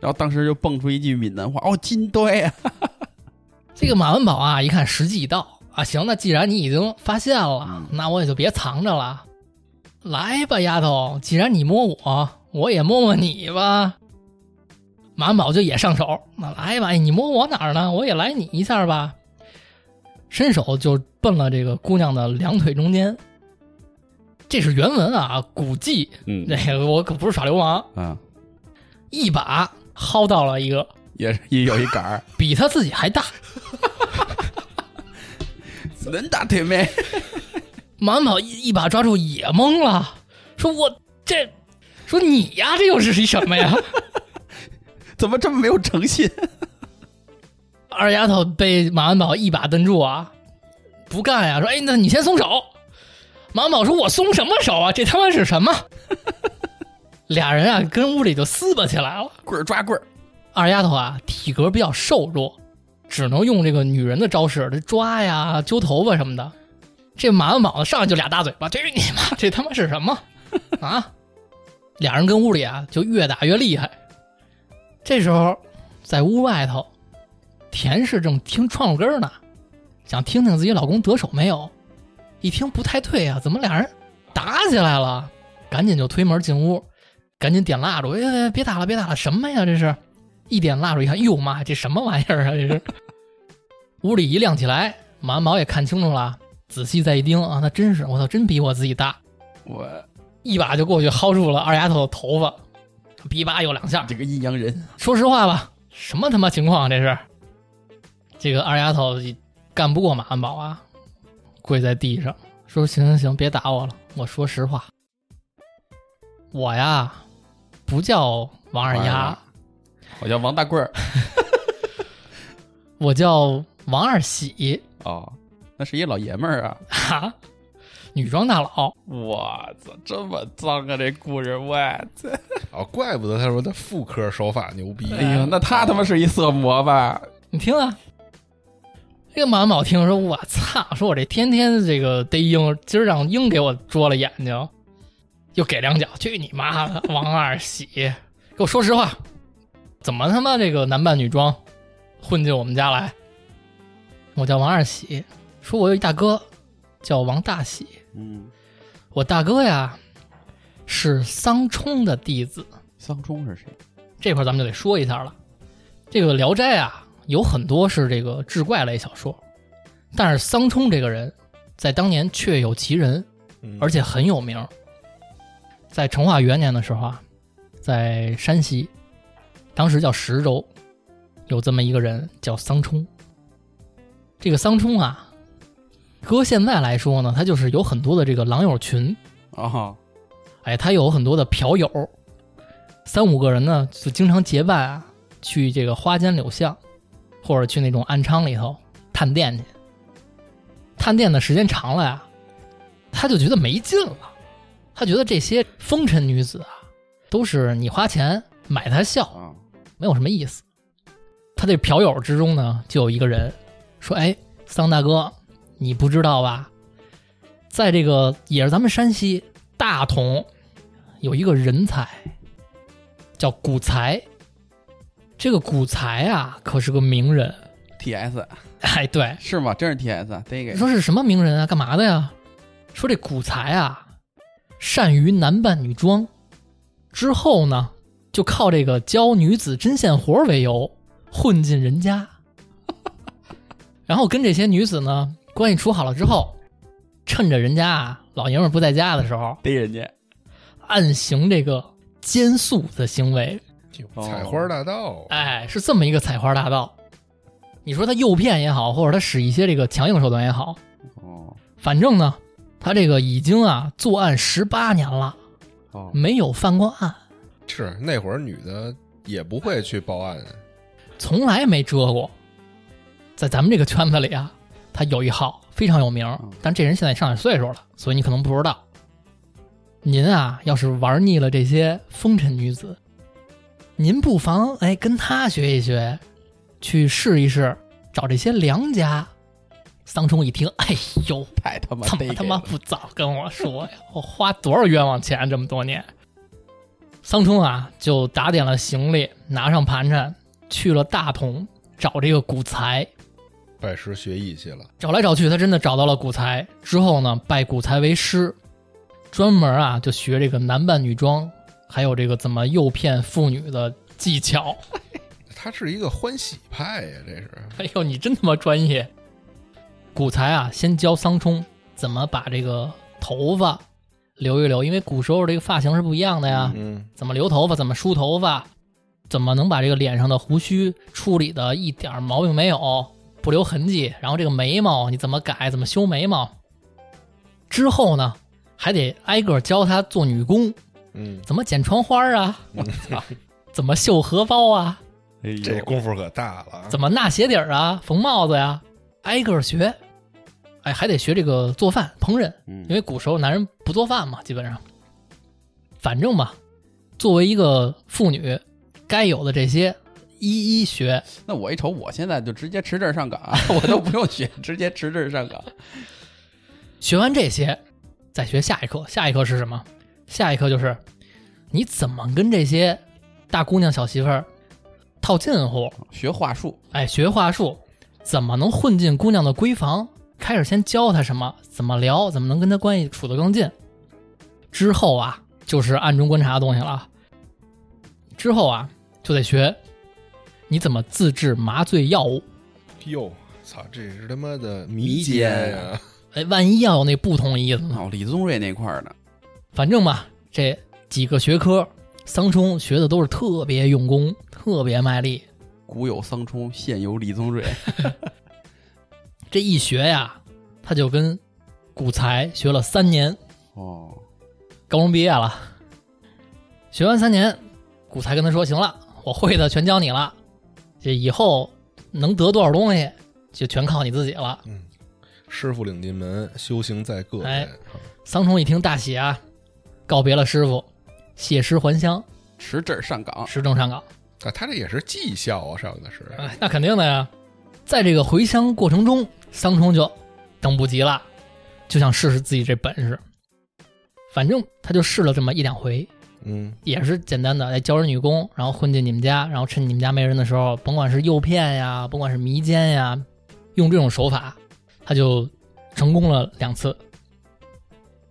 Speaker 2: 然后当时就蹦出一句闽南话：“哦，金堆啊
Speaker 1: 这个马文宝啊，一看时机已到啊，行，那既然你已经发现了
Speaker 2: 嗯，
Speaker 1: 那我也就别藏着了，来吧，丫头，既然你摸我，我也摸摸你吧。马文宝就也上手，那来吧，哎你摸我哪儿呢？我也来你一下吧。伸手就奔了这个姑娘的两腿中间，这是原文啊，古迹，！”
Speaker 2: 嗯
Speaker 1: 那个我可不是耍流氓，
Speaker 2: [LAUGHS] 啊，
Speaker 1: 一把薅到了一个
Speaker 2: 也是也有一杆 [LAUGHS] 儿，
Speaker 1: 比他自己还大
Speaker 2: 能大腿妹， [LAUGHS]
Speaker 1: 满宝一一把抓住也懵了，说我这，说你呀，这又是一什么呀？ [LAUGHS]
Speaker 2: 怎么这么没有诚信？
Speaker 1: 二丫头被马文宝一把蹬住啊，不干呀，说哎，那你先松手。马文宝说：“我松什么手啊？这他妈是什么？”俩人啊，跟屋里就撕巴起来了。
Speaker 2: 棍儿抓棍儿，
Speaker 1: 二丫头啊，体格比较瘦弱，只能用这个女人的招式，这抓呀、揪头发什么的。这马文宝呢上来就俩大嘴巴，这是你妈， [LAUGHS] 这他妈是什么啊？俩人跟屋里啊就越打越厉害。这时候，在屋外头，田氏正听窗户根儿呢，想听听自己老公得手没有。一听不太对啊，怎么俩人打起来了？赶紧就推门进屋，赶紧点蜡烛，哎哎，哎别打了，别打了，什么呀这是？一点蜡烛一看，哟哎妈，这什么玩意儿啊？这 [LAUGHS] 是屋里一亮起来，马安宝也看清楚了，仔细再一盯啊，那真是我操，真比我自己大，
Speaker 2: 我啊
Speaker 1: 一把就过去薅住了二丫头的头发，比吧有两下。
Speaker 2: 这个阴阳人，
Speaker 1: 说实话吧，什么他妈情况啊这是？这个二丫头干不过马安宝啊，跪在地上说：“行行行，别打我了，我说实话，我呀不叫王二
Speaker 2: 王
Speaker 1: 丫
Speaker 2: 二丫，我叫王大棍儿。
Speaker 1: 我叫王二喜。”
Speaker 2: 哦，那是一老爷们儿啊！
Speaker 1: 哈，女装大佬，
Speaker 2: 我操，这么脏啊！这故事，我操！
Speaker 3: 哦，怪不得他说他妇科手法牛逼。
Speaker 2: 哎呦，那他他妈是一色魔吧？
Speaker 1: 你听啊。这个马文宝听说，我操！说我这天天这个逮鹰，今儿让鹰给我啄了眼睛，又给两脚，去你妈的！王二喜，给我说实话，怎么他妈这个男扮女装混进我们家来？我叫王二喜，说我有一大哥叫王大喜，
Speaker 2: 嗯，
Speaker 1: 我大哥呀是桑冲的弟子，
Speaker 2: 桑冲是谁？
Speaker 1: 这块儿咱们就得说一下了。这个《聊斋》啊，有很多是这个志怪类小说，但是桑冲这个人在当年确有其人，
Speaker 3: 嗯
Speaker 1: 而且很有名。在成化元年的时候啊，在山西，当时叫石州，有这么一个人叫桑冲。这个桑冲啊，搁现在来说呢，他就是有很多的这个狼友群，
Speaker 2: 哦，
Speaker 1: 哎，他有很多的嫖友，三五个人呢就经常结伴啊，去这个花间柳巷，或者去那种暗娼里头探店去。探店的时间长了呀，他就觉得没劲了，他觉得这些风尘女子啊，都是你花钱买她笑，
Speaker 2: 啊，
Speaker 1: 没有什么意思。他这嫖友之中呢，就有一个人说：“哎，桑大哥，你不知道吧？在这个也是咱们山西大同，有一个人才叫古才。这个古才啊，可是个名人。
Speaker 2: T S
Speaker 1: 哎，对，
Speaker 2: 是吗？真是 T S，得给
Speaker 1: 说是什么名人啊？干嘛的呀？说这古才啊，善于男扮女装，之后呢，就靠这个教女子针线活儿为由混进人家， [LAUGHS] 然后跟这些女子呢关系处好了之后，趁着人家啊老爷们儿不在家的时候，
Speaker 2: 逮人家，
Speaker 1: 暗行这个奸宿的行为，
Speaker 2: 哦
Speaker 3: 采花大啊盗，
Speaker 1: 哎，是这么一个采花大盗。你说他诱骗也好，或者他使一些这个强硬手段也好，
Speaker 2: 哦
Speaker 1: 反正呢，他这个已经啊作案十八年了，
Speaker 2: 哦，
Speaker 1: 没有犯过案，
Speaker 3: 是那会儿女的也不会去报案，
Speaker 1: 从来没遮过。在咱们这个圈子里啊，他有一号非常有名
Speaker 2: 嗯，
Speaker 1: 但这人现在上点岁数了，所以你可能不知道。您啊，要是玩腻了这些风尘女子，您不妨哎跟他学一学，去试一试，找这些良家。桑冲一听，哎呦，
Speaker 2: 太他妈
Speaker 1: 怎
Speaker 2: 逮
Speaker 1: 么
Speaker 2: 给
Speaker 1: 他妈
Speaker 2: 了
Speaker 1: 不早跟我说呀？ [LAUGHS] 我花多少冤枉钱这么多年？桑冲啊，就打点了行李，拿上盘缠，去了大同找这个古才。
Speaker 3: 拜师学艺去了。
Speaker 1: 找来找去，他真的找到了古才。之后呢，拜古才为师，专门啊就学这个男扮女装，还有这个怎么诱骗妇女的技巧。
Speaker 3: 他是一个欢喜派呀，这是
Speaker 1: [LAUGHS] 哎呦，你真他妈专业！古才啊，先教桑冲怎么把这个头发留一留，因为古时候这个发型是不一样的呀。
Speaker 3: 嗯，
Speaker 1: 怎么留头发，怎么梳头发，怎么能把这个脸上的胡须处理的一点儿毛病没有，不留痕迹。然后这个眉毛你怎么改，怎么修眉毛。之后呢，还得挨个教他做女工，
Speaker 3: 嗯，
Speaker 1: 怎么剪窗花啊，
Speaker 2: 我操！
Speaker 1: [LAUGHS] 怎么绣荷包啊，
Speaker 2: 哎呦
Speaker 3: 这功夫可大了啊。
Speaker 1: 怎么纳鞋底儿啊，缝帽子呀、挨个儿学。哎，还得学这个做饭、烹饪，
Speaker 2: 嗯
Speaker 1: 因为古时候男人不做饭嘛，基本上。反正吧，作为一个妇女，该有的这些一一学。
Speaker 2: 那我一瞅，我现在就直接持证上岗，啊 [LAUGHS] 我都不用学，直接持证上岗。
Speaker 1: 学完这些，再学下一课。下一课是什么？下一课就是你怎么跟这些大姑娘、小媳妇儿套近乎，
Speaker 2: 学话术，
Speaker 1: 哎，学话术，怎么能混进姑娘的闺房？开始先教她什么，怎么聊，怎么能跟她关系处得更近。之后啊，就是暗中观察的东西了啊。之后啊，就得学你怎么自制麻醉药物。
Speaker 3: 哟，操，这是他妈的
Speaker 2: 迷奸啊
Speaker 3: 呀！
Speaker 1: 哎，万一要有那不同意思呢？
Speaker 2: 哦，李宗瑞那块儿的，
Speaker 1: 反正吧，这几个学科，桑冲学的都是特别用功，特别卖力。
Speaker 2: 古有桑冲，现有李宗瑞。
Speaker 1: 这一学呀，他就跟古才学了三年。
Speaker 2: [LAUGHS] 哦，
Speaker 1: 高中毕业了，学完三年，古才跟他说：“行了，我会的全教你了，这以后能得多少东西，就全靠你自己了。
Speaker 3: 嗯，师傅领进门，修行在个人。
Speaker 1: 哎桑冲一听大喜啊，告别了师傅，谢师还乡，
Speaker 2: 持证上岗。
Speaker 1: 持证上岗。
Speaker 3: 啊，他这也是技校啊，上的是。
Speaker 1: 哎，那肯定的呀。在这个回乡过程中，桑冲就等不及了，就想试试自己这本事。反正他就试了这么一两回，
Speaker 3: 嗯，
Speaker 1: 也是简单的，哎，教人女工，然后混进你们家，然后趁你们家没人的时候，甭管是诱骗呀，甭管是迷奸呀，用这种手法，他就成功了两次。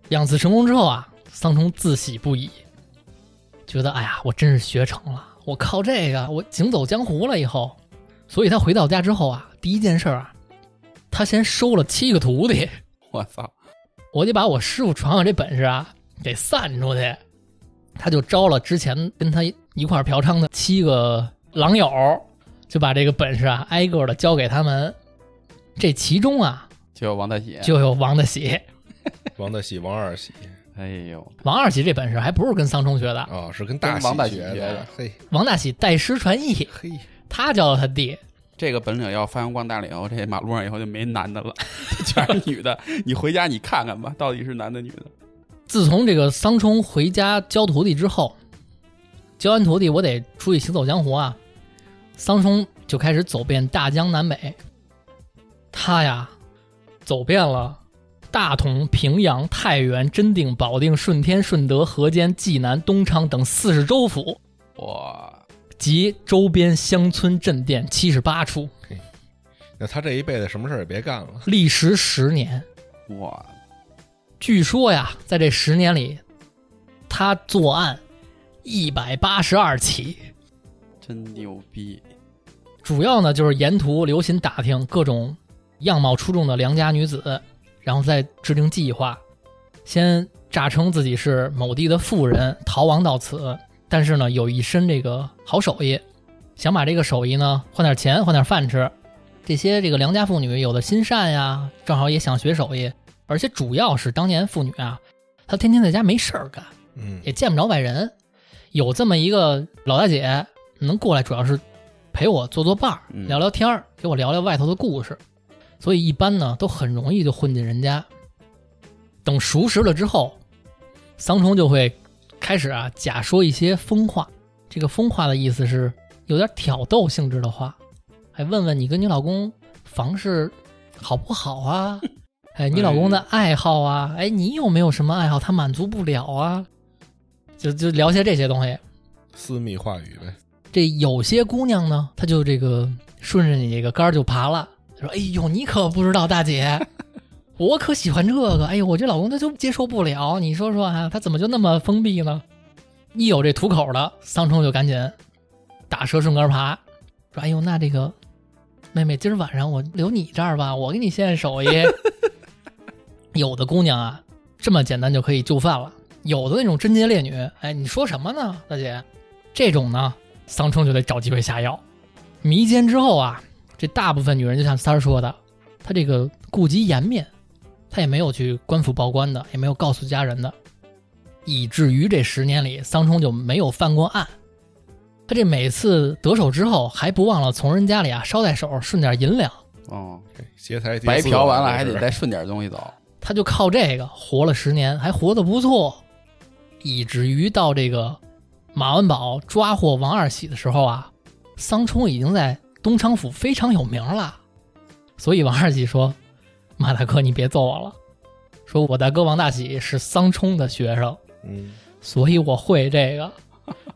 Speaker 1: 两次成功之后啊，桑冲自喜不已，觉得哎呀，我真是学成了，我靠这个我行走江湖了以后。所以他回到家之后啊，第一件事儿啊，他先收了七个徒弟，
Speaker 2: 我操，
Speaker 1: 我得把我师傅床上这本事啊给散出去。他就招了之前跟他一块儿嫖娼的七个狼友，就把这个本事啊挨个的教给他们。这其中啊，
Speaker 2: 就王大喜，
Speaker 1: 就有王大喜。
Speaker 3: 王大喜、王二喜
Speaker 2: 哎呦，
Speaker 1: 王二喜这本事还不是跟桑冲学的，
Speaker 3: 啊、哦，是跟大
Speaker 2: 跟王大
Speaker 3: 喜
Speaker 2: 喜
Speaker 3: 学
Speaker 2: 学
Speaker 3: 的
Speaker 2: 的，
Speaker 3: 嘿
Speaker 1: 王大喜代师传艺，
Speaker 3: 嘿，
Speaker 1: 他教了他弟。
Speaker 2: 这个本领要发扬光大了以后，这马路上以后就没男的了， [LAUGHS] 全是女的。你回家你看看吧，到底是男的女的。
Speaker 1: 自从这个桑冲回家教徒弟之后，教完徒弟，我得出去行走江湖啊。桑冲就开始走遍大江南北，他呀，走遍了大同、平阳、太原、真定、保定、顺天、顺德、河间、济南、东昌等四十州府
Speaker 2: 哇，
Speaker 1: 及周边乡村镇店七十八处，
Speaker 3: 那他这一辈子什么事儿也别干了，
Speaker 1: 历时十年。
Speaker 2: 哇，
Speaker 1: 据说呀，在这十年里，他作案一百八十二起。
Speaker 2: 真牛逼！
Speaker 1: 主要呢就是沿途留心打听各种样貌出众的良家女子，然后再制定计划，先诈称自己是某地的富人，逃亡到此。但是呢，有一身这个好手艺，想把这个手艺呢换点钱，换点饭吃。这些这个良家妇女有的心善呀，正好也想学手艺，而且主要是当年妇女啊，她天天在家没事儿干，
Speaker 3: 嗯，
Speaker 1: 也见不着外人，有这么一个老大姐能过来，主要是陪我做做伴儿，
Speaker 2: 嗯
Speaker 1: 聊聊天儿，给我聊聊外头的故事。所以一般呢，都很容易就混进人家。等熟识了之后，桑冲就会开始啊，假说一些疯话。这个疯话的意思是有点挑逗性质的话，还问问你跟你老公房事好不好啊？哎，你老公的爱好啊？哎，你有没有什么爱好他满足不了啊？就就聊些这些东西。
Speaker 3: 私密话语呗，
Speaker 1: 这有些姑娘呢，她就这个顺着你这个杆儿就爬了，说：“哎呦，你可不知道，大姐，我可喜欢这个。哎呦，我这老公他就接受不了。你说说啊，他怎么就那么封闭呢？”一有这吐口的，桑冲就赶紧打蛇顺杆爬，说：“哎呦，那这个妹妹，今儿晚上我留你这儿吧，我给你献手艺。”有的姑娘啊，这么简单就可以就范了；有的那种贞洁烈女，哎，你说什么呢，大姐？这种呢，桑冲就得找机会下药。迷奸之后啊，这大部分女人就像三儿说的，她这个顾及颜面，她也没有去官府报官的，也没有告诉家人的，以至于这十年里，桑冲就没有犯过案。他这每次得手之后，还不忘了从人家里啊捎带手顺点银两，
Speaker 2: 哦，
Speaker 3: 嘿劫财劫
Speaker 2: 白
Speaker 3: 色
Speaker 2: 嫖完
Speaker 3: 这
Speaker 2: 了还
Speaker 3: 是
Speaker 2: 得再顺点东西走。
Speaker 1: 他就靠这个活了十年，还活得不错，以至于到这个马文宝抓获王二喜的时候啊，桑冲已经在东昌府非常有名了。所以王二喜说：“马大哥，你别揍我了，说我大哥王大喜是桑冲的学生，
Speaker 3: 嗯，
Speaker 1: 所以我会这个，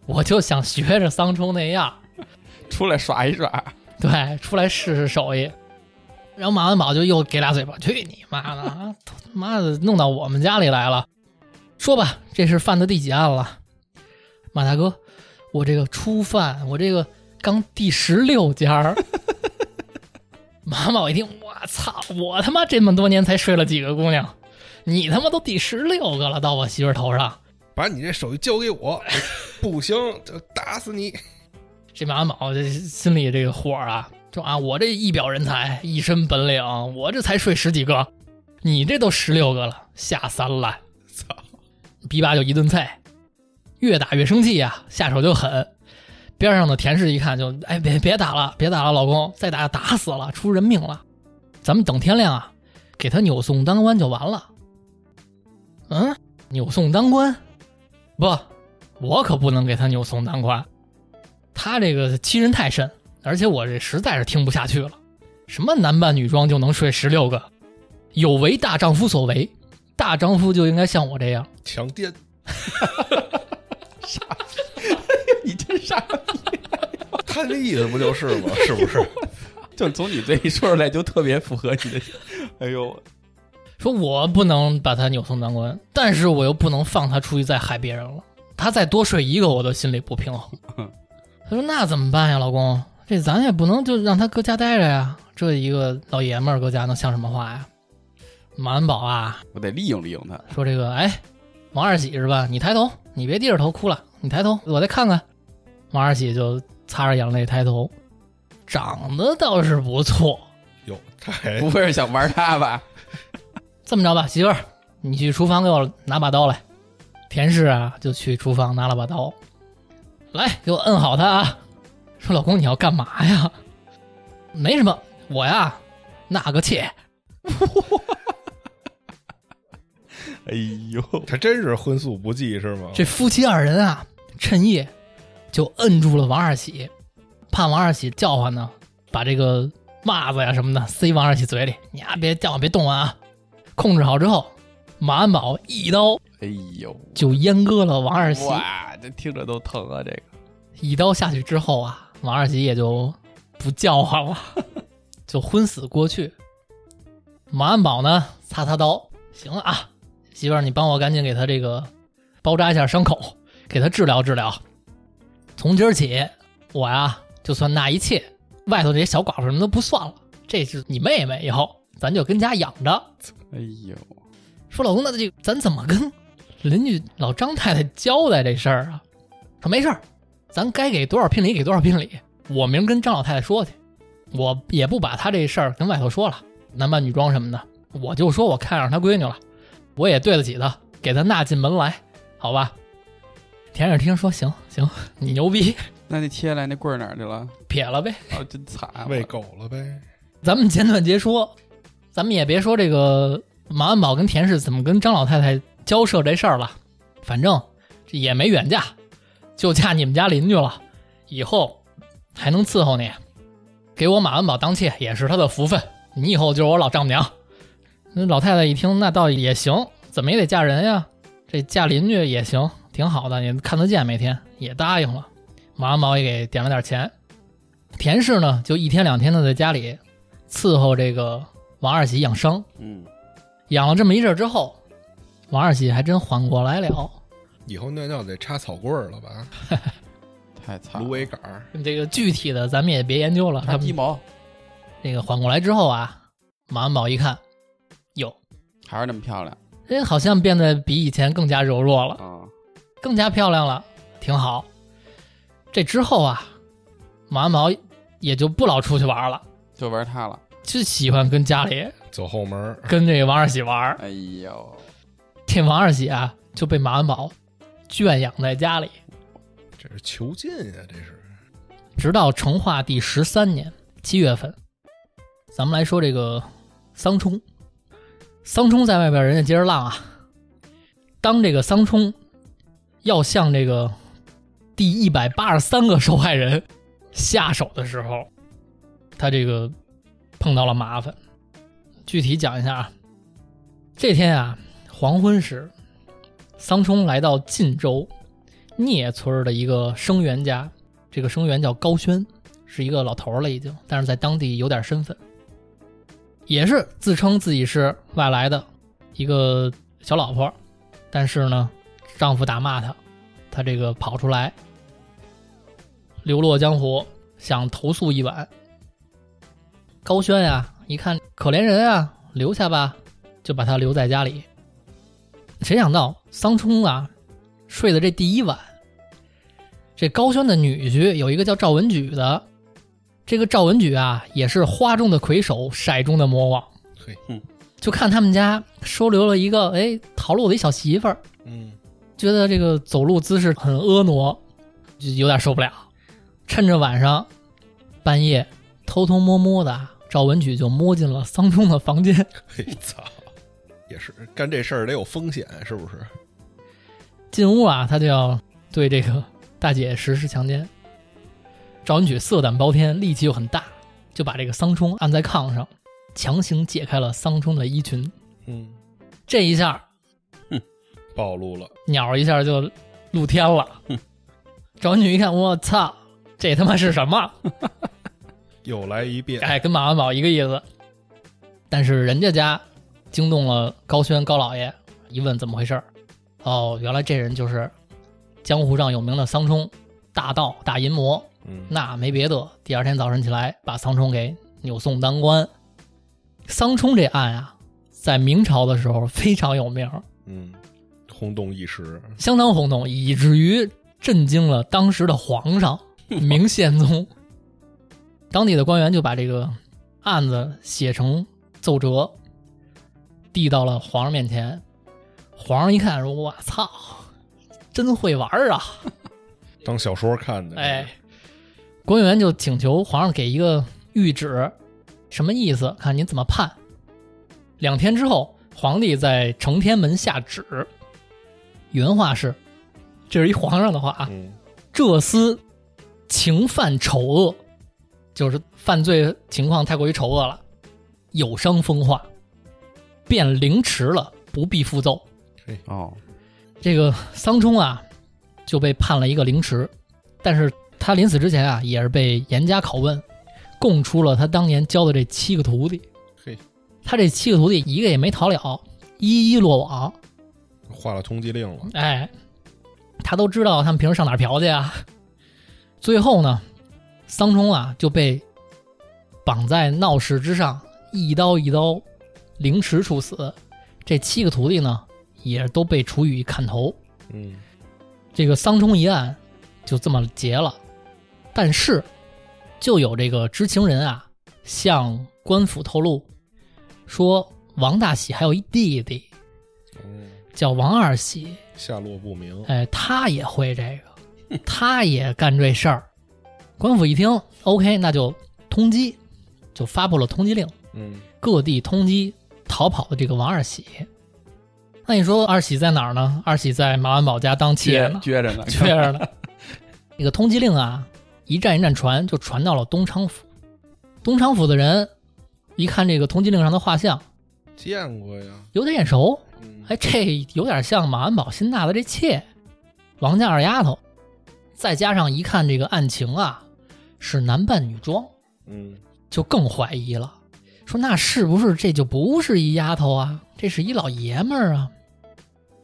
Speaker 1: 我就想学着桑冲那样。”
Speaker 2: 出来耍一耍， [LAUGHS]
Speaker 1: 对，出来试试手艺。然后马文宝就又给俩嘴巴，去你妈的 [LAUGHS] 啊！他妈的，弄到我们家里来了。说吧，这是犯的第几案了？马大哥，我这个初犯，我这个刚第十六家儿。马文宝一听，我操，我他妈这么多年才睡了几个姑娘，你他妈都第十六个了，到我媳妇儿头上。
Speaker 3: 把你这手艺交给 [LAUGHS] 我，不行就打死你，
Speaker 1: 这马文宝这心里这个火啊，就啊，我这一表人才，一身本领，我这才睡十几个，你这都十六个了，下三滥！
Speaker 2: 操！
Speaker 1: 逼吧就一顿菜，越打越生气呀、下手就狠。边上的田氏一看就，哎，别别打了，别打了，老公，再打打死了，出人命了。咱们等天亮啊，给他扭送当官就完了。嗯，扭送当官？不，我可不能给他扭送当官。他这个欺人太甚，而且我这实在是听不下去了。什么男扮女装就能睡十六个，有违大丈夫所为，大丈夫就应该像我这样。
Speaker 3: 强奸，
Speaker 2: 你真傻，
Speaker 3: 他这意思不就是 [LAUGHS] 吗？是不是？
Speaker 2: [LAUGHS] 就从你嘴里说出来就特别符合你的。 [LAUGHS] 哎呦，
Speaker 1: 说我不能把他扭送当官，但是我又不能放他出去再害别人了。他再多睡一个，我都心里不平衡。他说：“那怎么办呀，老公？这咱也不能就让他搁家待着呀。这一个老爷们儿搁家能像什么话呀？”马安保啊，
Speaker 2: 我得利用利用他。
Speaker 1: 说这个，哎，王二喜是吧？你抬头，你别低着头哭了，你抬头，我再看看。王二喜就擦着眼泪抬头，长得倒是不错。
Speaker 3: 哟，他还
Speaker 2: 不会是想玩他吧？
Speaker 1: 这么着吧，媳妇儿，你去厨房给我拿把刀来。田氏啊，就去厨房拿了把刀，来给我摁好他啊。说老公，你要干嘛呀？没什么，我呀，纳个妾。
Speaker 2: 哎呦，
Speaker 3: 他真是荤素不忌是吗？
Speaker 1: 这夫妻二人啊，趁夜就摁住了王二喜，怕王二喜叫唤呢，把这个袜子呀什么的塞王二喜嘴里，你呀别叫唤，别动唤啊。控制好之后，马安保一刀
Speaker 2: 哎呦，
Speaker 1: 就阉割了王二喜。
Speaker 2: 哇，这听着都疼啊！这个
Speaker 1: 一刀下去之后啊，王二喜也就不叫唤了，就昏死过去。马安保呢，擦擦刀，行了啊，媳妇儿，你帮我赶紧给他这个包扎一下伤口，给他治疗治疗。从今儿起，我呀就算纳一切，外头这些小寡妇什么都不算了，这是你妹妹，以后咱就跟家养着。
Speaker 2: 哎呦，
Speaker 1: 说老公，那这咱怎么跟 [LAUGHS] 邻居老张太太交代这事儿啊？说没事儿，咱该给多少聘礼给多少聘礼，我明儿跟张老太太说去，我也不把她这事儿跟外头说了，男扮女装什么的，我就说我看上她闺女了，我也对得起她，给她纳进门来，好吧？田氏听说行行，你牛逼， [LAUGHS]
Speaker 2: 那那切下来那棍儿哪儿去了？
Speaker 1: 撇了呗。
Speaker 2: 哦，真惨啊！
Speaker 3: 喂狗了呗？
Speaker 1: 咱们简短截说，咱们也别说这个马安保跟田氏怎么跟张老太太交涉这事儿了，反正这也没远嫁，就嫁你们家邻居了，以后还能伺候你，给我马安保当妾也是他的福分，你以后就是我老丈母娘。那老太太一听，那倒也行，怎么也得嫁人呀，这嫁邻居也行，挺好的，你看得见每天，也答应了。马安保也给点了点钱，田氏呢就一天两天的在家里伺候这个王二喜养伤，
Speaker 2: 嗯，
Speaker 1: 养了这么一阵儿之后，王二喜还真缓过来了。
Speaker 3: 以后尿尿得插草棍儿了吧？
Speaker 2: 太惨
Speaker 3: 芦
Speaker 2: 了。
Speaker 3: 苇杆儿，
Speaker 1: 这个具体的咱们也别研究了。
Speaker 2: 他
Speaker 1: 他
Speaker 2: 鸡
Speaker 1: 们
Speaker 2: 毛
Speaker 1: 这个缓过来之后啊，马安保一看，哟，
Speaker 2: 还是那么漂亮
Speaker 1: 这好像变得比以前更加柔弱了，
Speaker 2: 啊！
Speaker 1: 更加漂亮了，挺好。这之后啊，马安保也就不老出去玩了，
Speaker 2: 就玩他了。
Speaker 1: 就喜欢跟家里
Speaker 3: 走后门儿，
Speaker 1: 跟这个王二喜玩儿。
Speaker 2: 哎呦，
Speaker 1: 这王二喜啊，就被马安保圈养在家里。
Speaker 3: 这是囚禁啊！这是
Speaker 1: 直到成化第十三年七月份，咱们来说这个桑冲。桑冲在外边人家接着浪啊。当这个桑冲要向这个第一百八十三个受害人下手的时候，他这个碰到了麻烦。具体讲一下啊，这天啊黄昏时，桑冲来到晋州聂村儿的一个生员家，这个生员叫高轩，是一个老头儿了已经，但是在当地有点身份，也是自称自己是外来的一个小老婆，但是呢，丈夫打骂她，她这个跑出来，流落江湖，想投宿一晚。高轩呀、一看可怜人啊，留下吧，就把她留在家里。谁想到桑冲啊，睡的这第一晚。这高轩的女婿有一个叫赵文举的，这个赵文举啊，也是花中的魁首，色中的魔王。
Speaker 3: 嘿，
Speaker 1: 就看他们家收留了一个哎逃漏的一小媳妇儿，
Speaker 3: 嗯，
Speaker 1: 觉得这个走路姿势很婀娜，就有点受不了。趁着晚上半夜偷偷摸摸的，赵文举就摸进了桑冲的房间。
Speaker 3: 嘿，操，也是干这事儿得有风险，是不是？
Speaker 1: 进屋啊，他就要对这个大姐实施强奸。赵文举色胆包天，力气又很大，就把这个桑冲按在炕上，强行解开了桑冲的衣裙。
Speaker 3: 嗯，
Speaker 1: 这一下，
Speaker 3: 暴露了，
Speaker 1: 鸟一下就露天了
Speaker 2: 哼。
Speaker 1: 赵文举一看，我操，这他妈是什么？
Speaker 3: 又来一遍，
Speaker 1: 哎，跟马文宝一个意思。但是人家家惊动了高轩高老爷，一问怎么回事儿，哦，原来这人就是江湖上有名的桑冲、大盗、大淫魔，
Speaker 3: 嗯，
Speaker 1: 那没别的，第二天早晨起来把桑冲给扭送当官。桑冲这案啊，在明朝的时候非常有名，
Speaker 3: 嗯，轰动一时，
Speaker 1: 相当轰动，以至于震惊了当时的皇上明宪宗。当地的官员就把这个案子写成奏折，递到了皇上面前。皇上一看说：“我操，真会玩儿啊！”
Speaker 3: 当小说看的，
Speaker 1: 哎，，官员就请求皇上给一个谕旨，什么意思？看您怎么判。两天之后，皇帝在承天门下旨，原话是：“这是一皇上的话啊，
Speaker 3: 嗯
Speaker 1: 这厮情犯丑恶，就是犯罪情况太过于丑恶了，有伤风化，便凌迟了，不必复奏。”
Speaker 2: 哦，
Speaker 1: 这个桑冲啊，就被判了一个凌迟，但是他临死之前啊，也是被严加拷问，供出了他当年教的这七个徒弟。
Speaker 3: 嘿，
Speaker 1: 他这七个徒弟一个也没逃了，一一落网。
Speaker 3: 画了通缉令了，
Speaker 1: 哎，他都知道他们平时上哪儿嫖去啊。最后呢，桑冲啊就被绑在闹市之上，一刀一刀凌迟处死。这七个徒弟呢，也都被处以砍头。
Speaker 3: 嗯，
Speaker 1: 这个桑冲一案就这么结了。但是，就有这个知情人啊，向官府透露说，王大喜还有一弟弟
Speaker 3: 哦
Speaker 1: 叫王二喜，
Speaker 3: 下落不明，
Speaker 1: 哎，他也会这个，他也干这事儿。官府一听，OK，那就通缉，就发布了通缉令，
Speaker 3: 嗯，
Speaker 1: 各地通缉逃跑的这个王二喜。那你说二喜在哪儿呢？二喜在马万宝家当妾呢，
Speaker 2: 撅着
Speaker 1: [LAUGHS]
Speaker 2: 呢，
Speaker 1: 确着呢。这个通缉令啊，一站一站传，就传到了东昌府。东昌府的人一看这个通缉令上的画像，
Speaker 3: 见过呀，
Speaker 1: 有点眼熟，
Speaker 3: 嗯，
Speaker 1: 哎，这有点像马安保新纳的这妾王家二丫头。再加上一看这个案情啊，是男扮女装，
Speaker 3: 嗯，
Speaker 1: 就更怀疑了，说那是不是这就不是一丫头啊？这是一老爷们儿啊！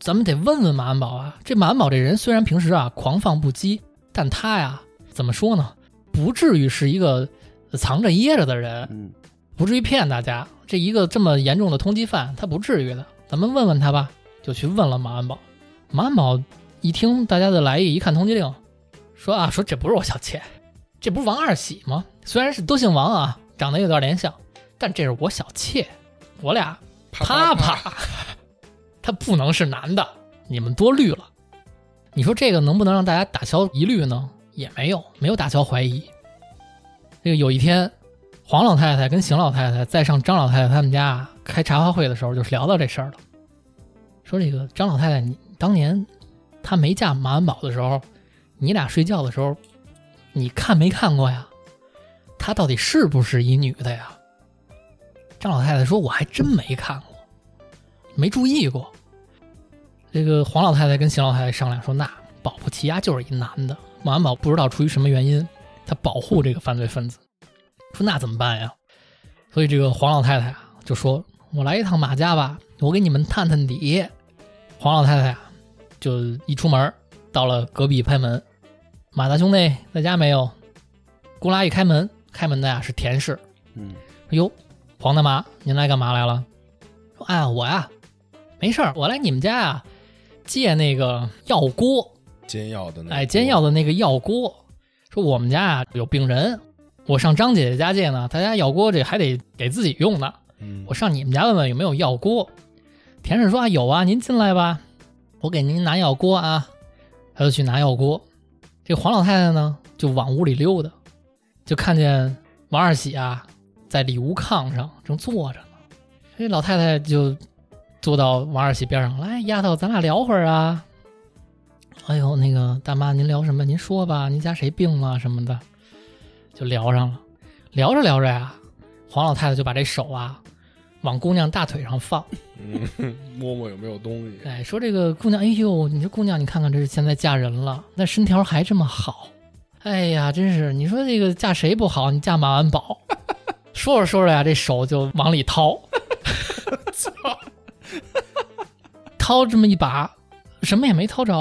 Speaker 1: 咱们得问问马安保啊。这马安保这人虽然平时啊狂放不羁，但他呀怎么说呢？不至于是一个藏着掖着的人，
Speaker 2: 嗯，
Speaker 1: 不至于骗大家。这一个这么严重的通缉犯，他不至于的。咱们问问他吧，就去问了马安保。马安保一听大家的来意，一看通缉令，说啊，说这不是我小妾，这不是王二喜吗？虽然是都姓王啊，长得有点脸像，但这是我小妾，我俩啪
Speaker 3: 啪
Speaker 1: 啪， [LAUGHS] 他不能是男的，你们多虑了。你说这个能不能让大家打消疑虑呢？也没有，没有打消怀疑。这个有一天，黄老太太跟邢老太太再上张老太太他们家开茶话会的时候，就是聊到这事儿了，说这个张老太太，你当年她没嫁马安宝的时候，你俩睡觉的时候，你看没看过呀？她到底是不是一女的呀？张老太太说：“我还真没看过，没注意过。”这个黄老太太跟邢老太太商量说：“那保不齐呀、啊就是一男的。”马安宝不知道出于什么原因，他保护这个犯罪分子，说那怎么办呀？所以这个黄老太太啊就说：“我来一趟马家吧，我给你们探探底。”黄老太太啊就一出门到了隔壁拍门，马大兄弟在家没有？咕啦一开门，开门的呀、是田氏，
Speaker 2: 嗯，
Speaker 1: 说哟，黄哎大妈，您来干嘛来了？说哎呀，我呀，没事儿，我来你们家呀，借那个药锅，
Speaker 3: 煎药的那，
Speaker 1: 哎，煎药，的那个药锅。说我们家啊有病人，我上张姐姐家借呢，她家药锅这还得给自己用呢，
Speaker 3: 嗯
Speaker 1: 我，上你们家问问有没有药锅。田氏说啊有啊，您进来吧，我给您拿药锅啊。他就去拿药锅，这黄老太太呢就往屋里溜达，就看见王二喜啊在里屋炕上正坐着呢。这老太太就坐到王二喜边上，来，丫头，咱俩聊会儿啊。哎呦，那个大妈，您聊什么？您说吧，您家谁病了什么的，就聊上了。聊着聊着呀、黄老太太就把这手啊往姑娘大腿上放，
Speaker 3: 嗯，摸摸有没有东西，
Speaker 1: 哎，说这个姑娘，哎呦，你这姑娘，你看看这是现在嫁人了，那身条还这么好，哎呀，真是，你说这个嫁谁不好？你嫁马安宝。 [LAUGHS] 说着说着呀，这手就往里掏， [LAUGHS] 操掏这么一把，什么也没掏着，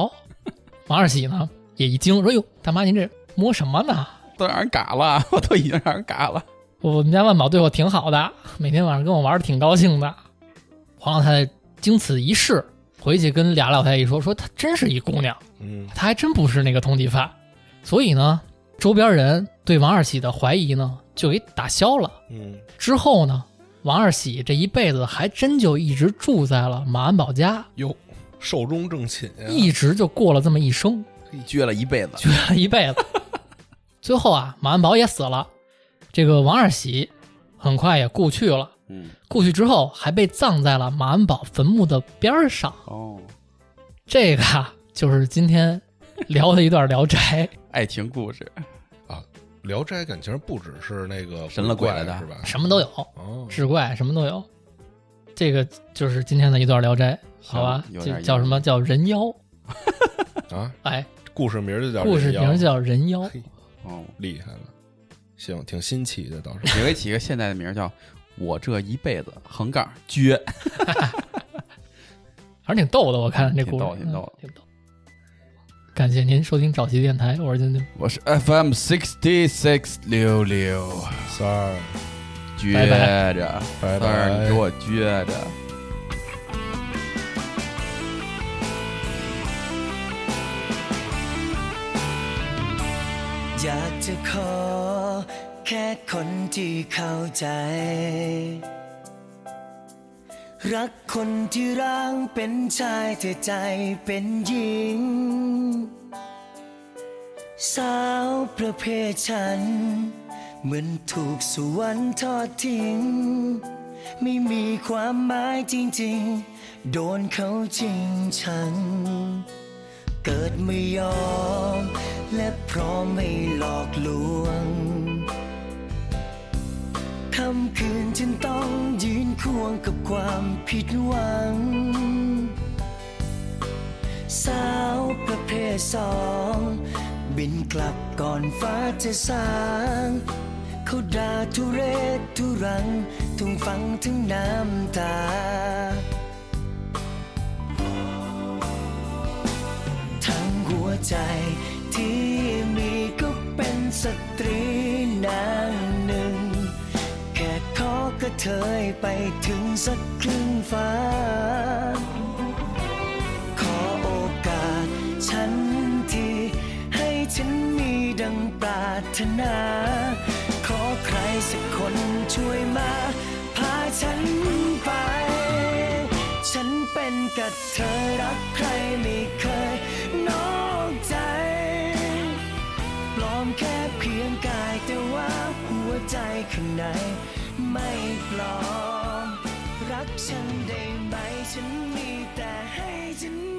Speaker 1: 王二喜呢也一惊，说：“哟，大妈您这摸什么呢？
Speaker 2: 都让人嘎了，我都已经让人嘎了。
Speaker 1: 我们家万宝对我挺好的，每天晚上跟我玩的挺高兴的。”黄老太太经此一试，回去跟俩老太太一说，说她真是一姑娘，
Speaker 3: 嗯
Speaker 1: 她还真不是那个通缉犯。所以呢，周边人对王二喜的怀疑呢就给打消了。
Speaker 3: 嗯
Speaker 1: 之后呢，王二喜这一辈子还真就一直住在了马安宝家，
Speaker 3: 哟，寿终正寝哎呀、
Speaker 1: 一直就过了这么一生， [LAUGHS]
Speaker 2: 撅了一辈子，
Speaker 1: 绝了一辈子。最后啊，马安宝也死了，这个王二喜很快也故去了。
Speaker 2: 嗯，
Speaker 1: 故去之后，还被葬在了马安宝坟墓的边儿上。
Speaker 2: 哦，
Speaker 1: 这个啊，就是今天聊的一段《聊斋
Speaker 2: 爱情故事，
Speaker 3: 聊斋感情不只是那个
Speaker 2: 神了鬼
Speaker 3: 鬼
Speaker 2: 了的
Speaker 3: 是吧》，？
Speaker 1: 什么都有，
Speaker 3: 哦，
Speaker 1: 志怪什么都有。这个就是今天的一段《聊斋》，好吧
Speaker 2: 行？有点
Speaker 1: 这
Speaker 2: 意思
Speaker 1: 叫什么叫人妖？
Speaker 3: 啊，
Speaker 1: 哎，
Speaker 3: 故事名儿就叫
Speaker 1: 故事
Speaker 3: 人妖
Speaker 1: 名叫人妖。
Speaker 3: 嘿
Speaker 2: 哦，
Speaker 3: 厉害了，行，挺新奇的倒
Speaker 2: [LAUGHS]
Speaker 3: 是。
Speaker 2: 也给起个现在的名儿叫“我这一辈子”，横杠撅，
Speaker 1: 反正挺逗的，我看这
Speaker 2: 挺
Speaker 1: 故事
Speaker 2: 逗挺逗
Speaker 1: 嗯挺逗。感谢您收听早期电台，我是金金，
Speaker 2: 我是 FM sixty six 六六，
Speaker 3: 三儿，
Speaker 2: 撅
Speaker 1: 拜拜
Speaker 2: 着，
Speaker 3: 拜
Speaker 2: 三儿
Speaker 3: 拜
Speaker 2: 你给。我撅着。
Speaker 4: อยากจะขอแค่คนที่เข้าใจ รักคนที่ร่างเป็นชายแต่ใจเป็นหญิง สาวประเภทฉัน เหมือนถูกสวรรค์ทอดทิ้ง ไม่มีความหมายจริงๆ โดนเขาจริงชัง เกิดไม่ยอม และพร้อมไม่หลอกลวงค่ำคืนฉันต้องยืนควงกับความผิดหวัง สาวประเภทสอง บินกลับก่อนฟ้าจะสางเขาด่าทุเรศทุรังทุ่งฟังถึงน้ำตา ทั้งหัวใจที่มีก็เป็นสตรีนางหนึ่ง แค่ขอกระเทยไปถึงสักครึ่งฟ้า ขอโอกาสฉันทีให้ฉันมีดังปรารถนา ขอใครสักคนช่วยมา พาฉันไป ฉันเป็นกับเธอรักใครไม่เคยนอกใจ ปลอมแค่เพียงกายแต่ว่าหัวใจข้างในไม่ปลอม รักฉันได้ไหมฉันมีแต่ให้ฉัน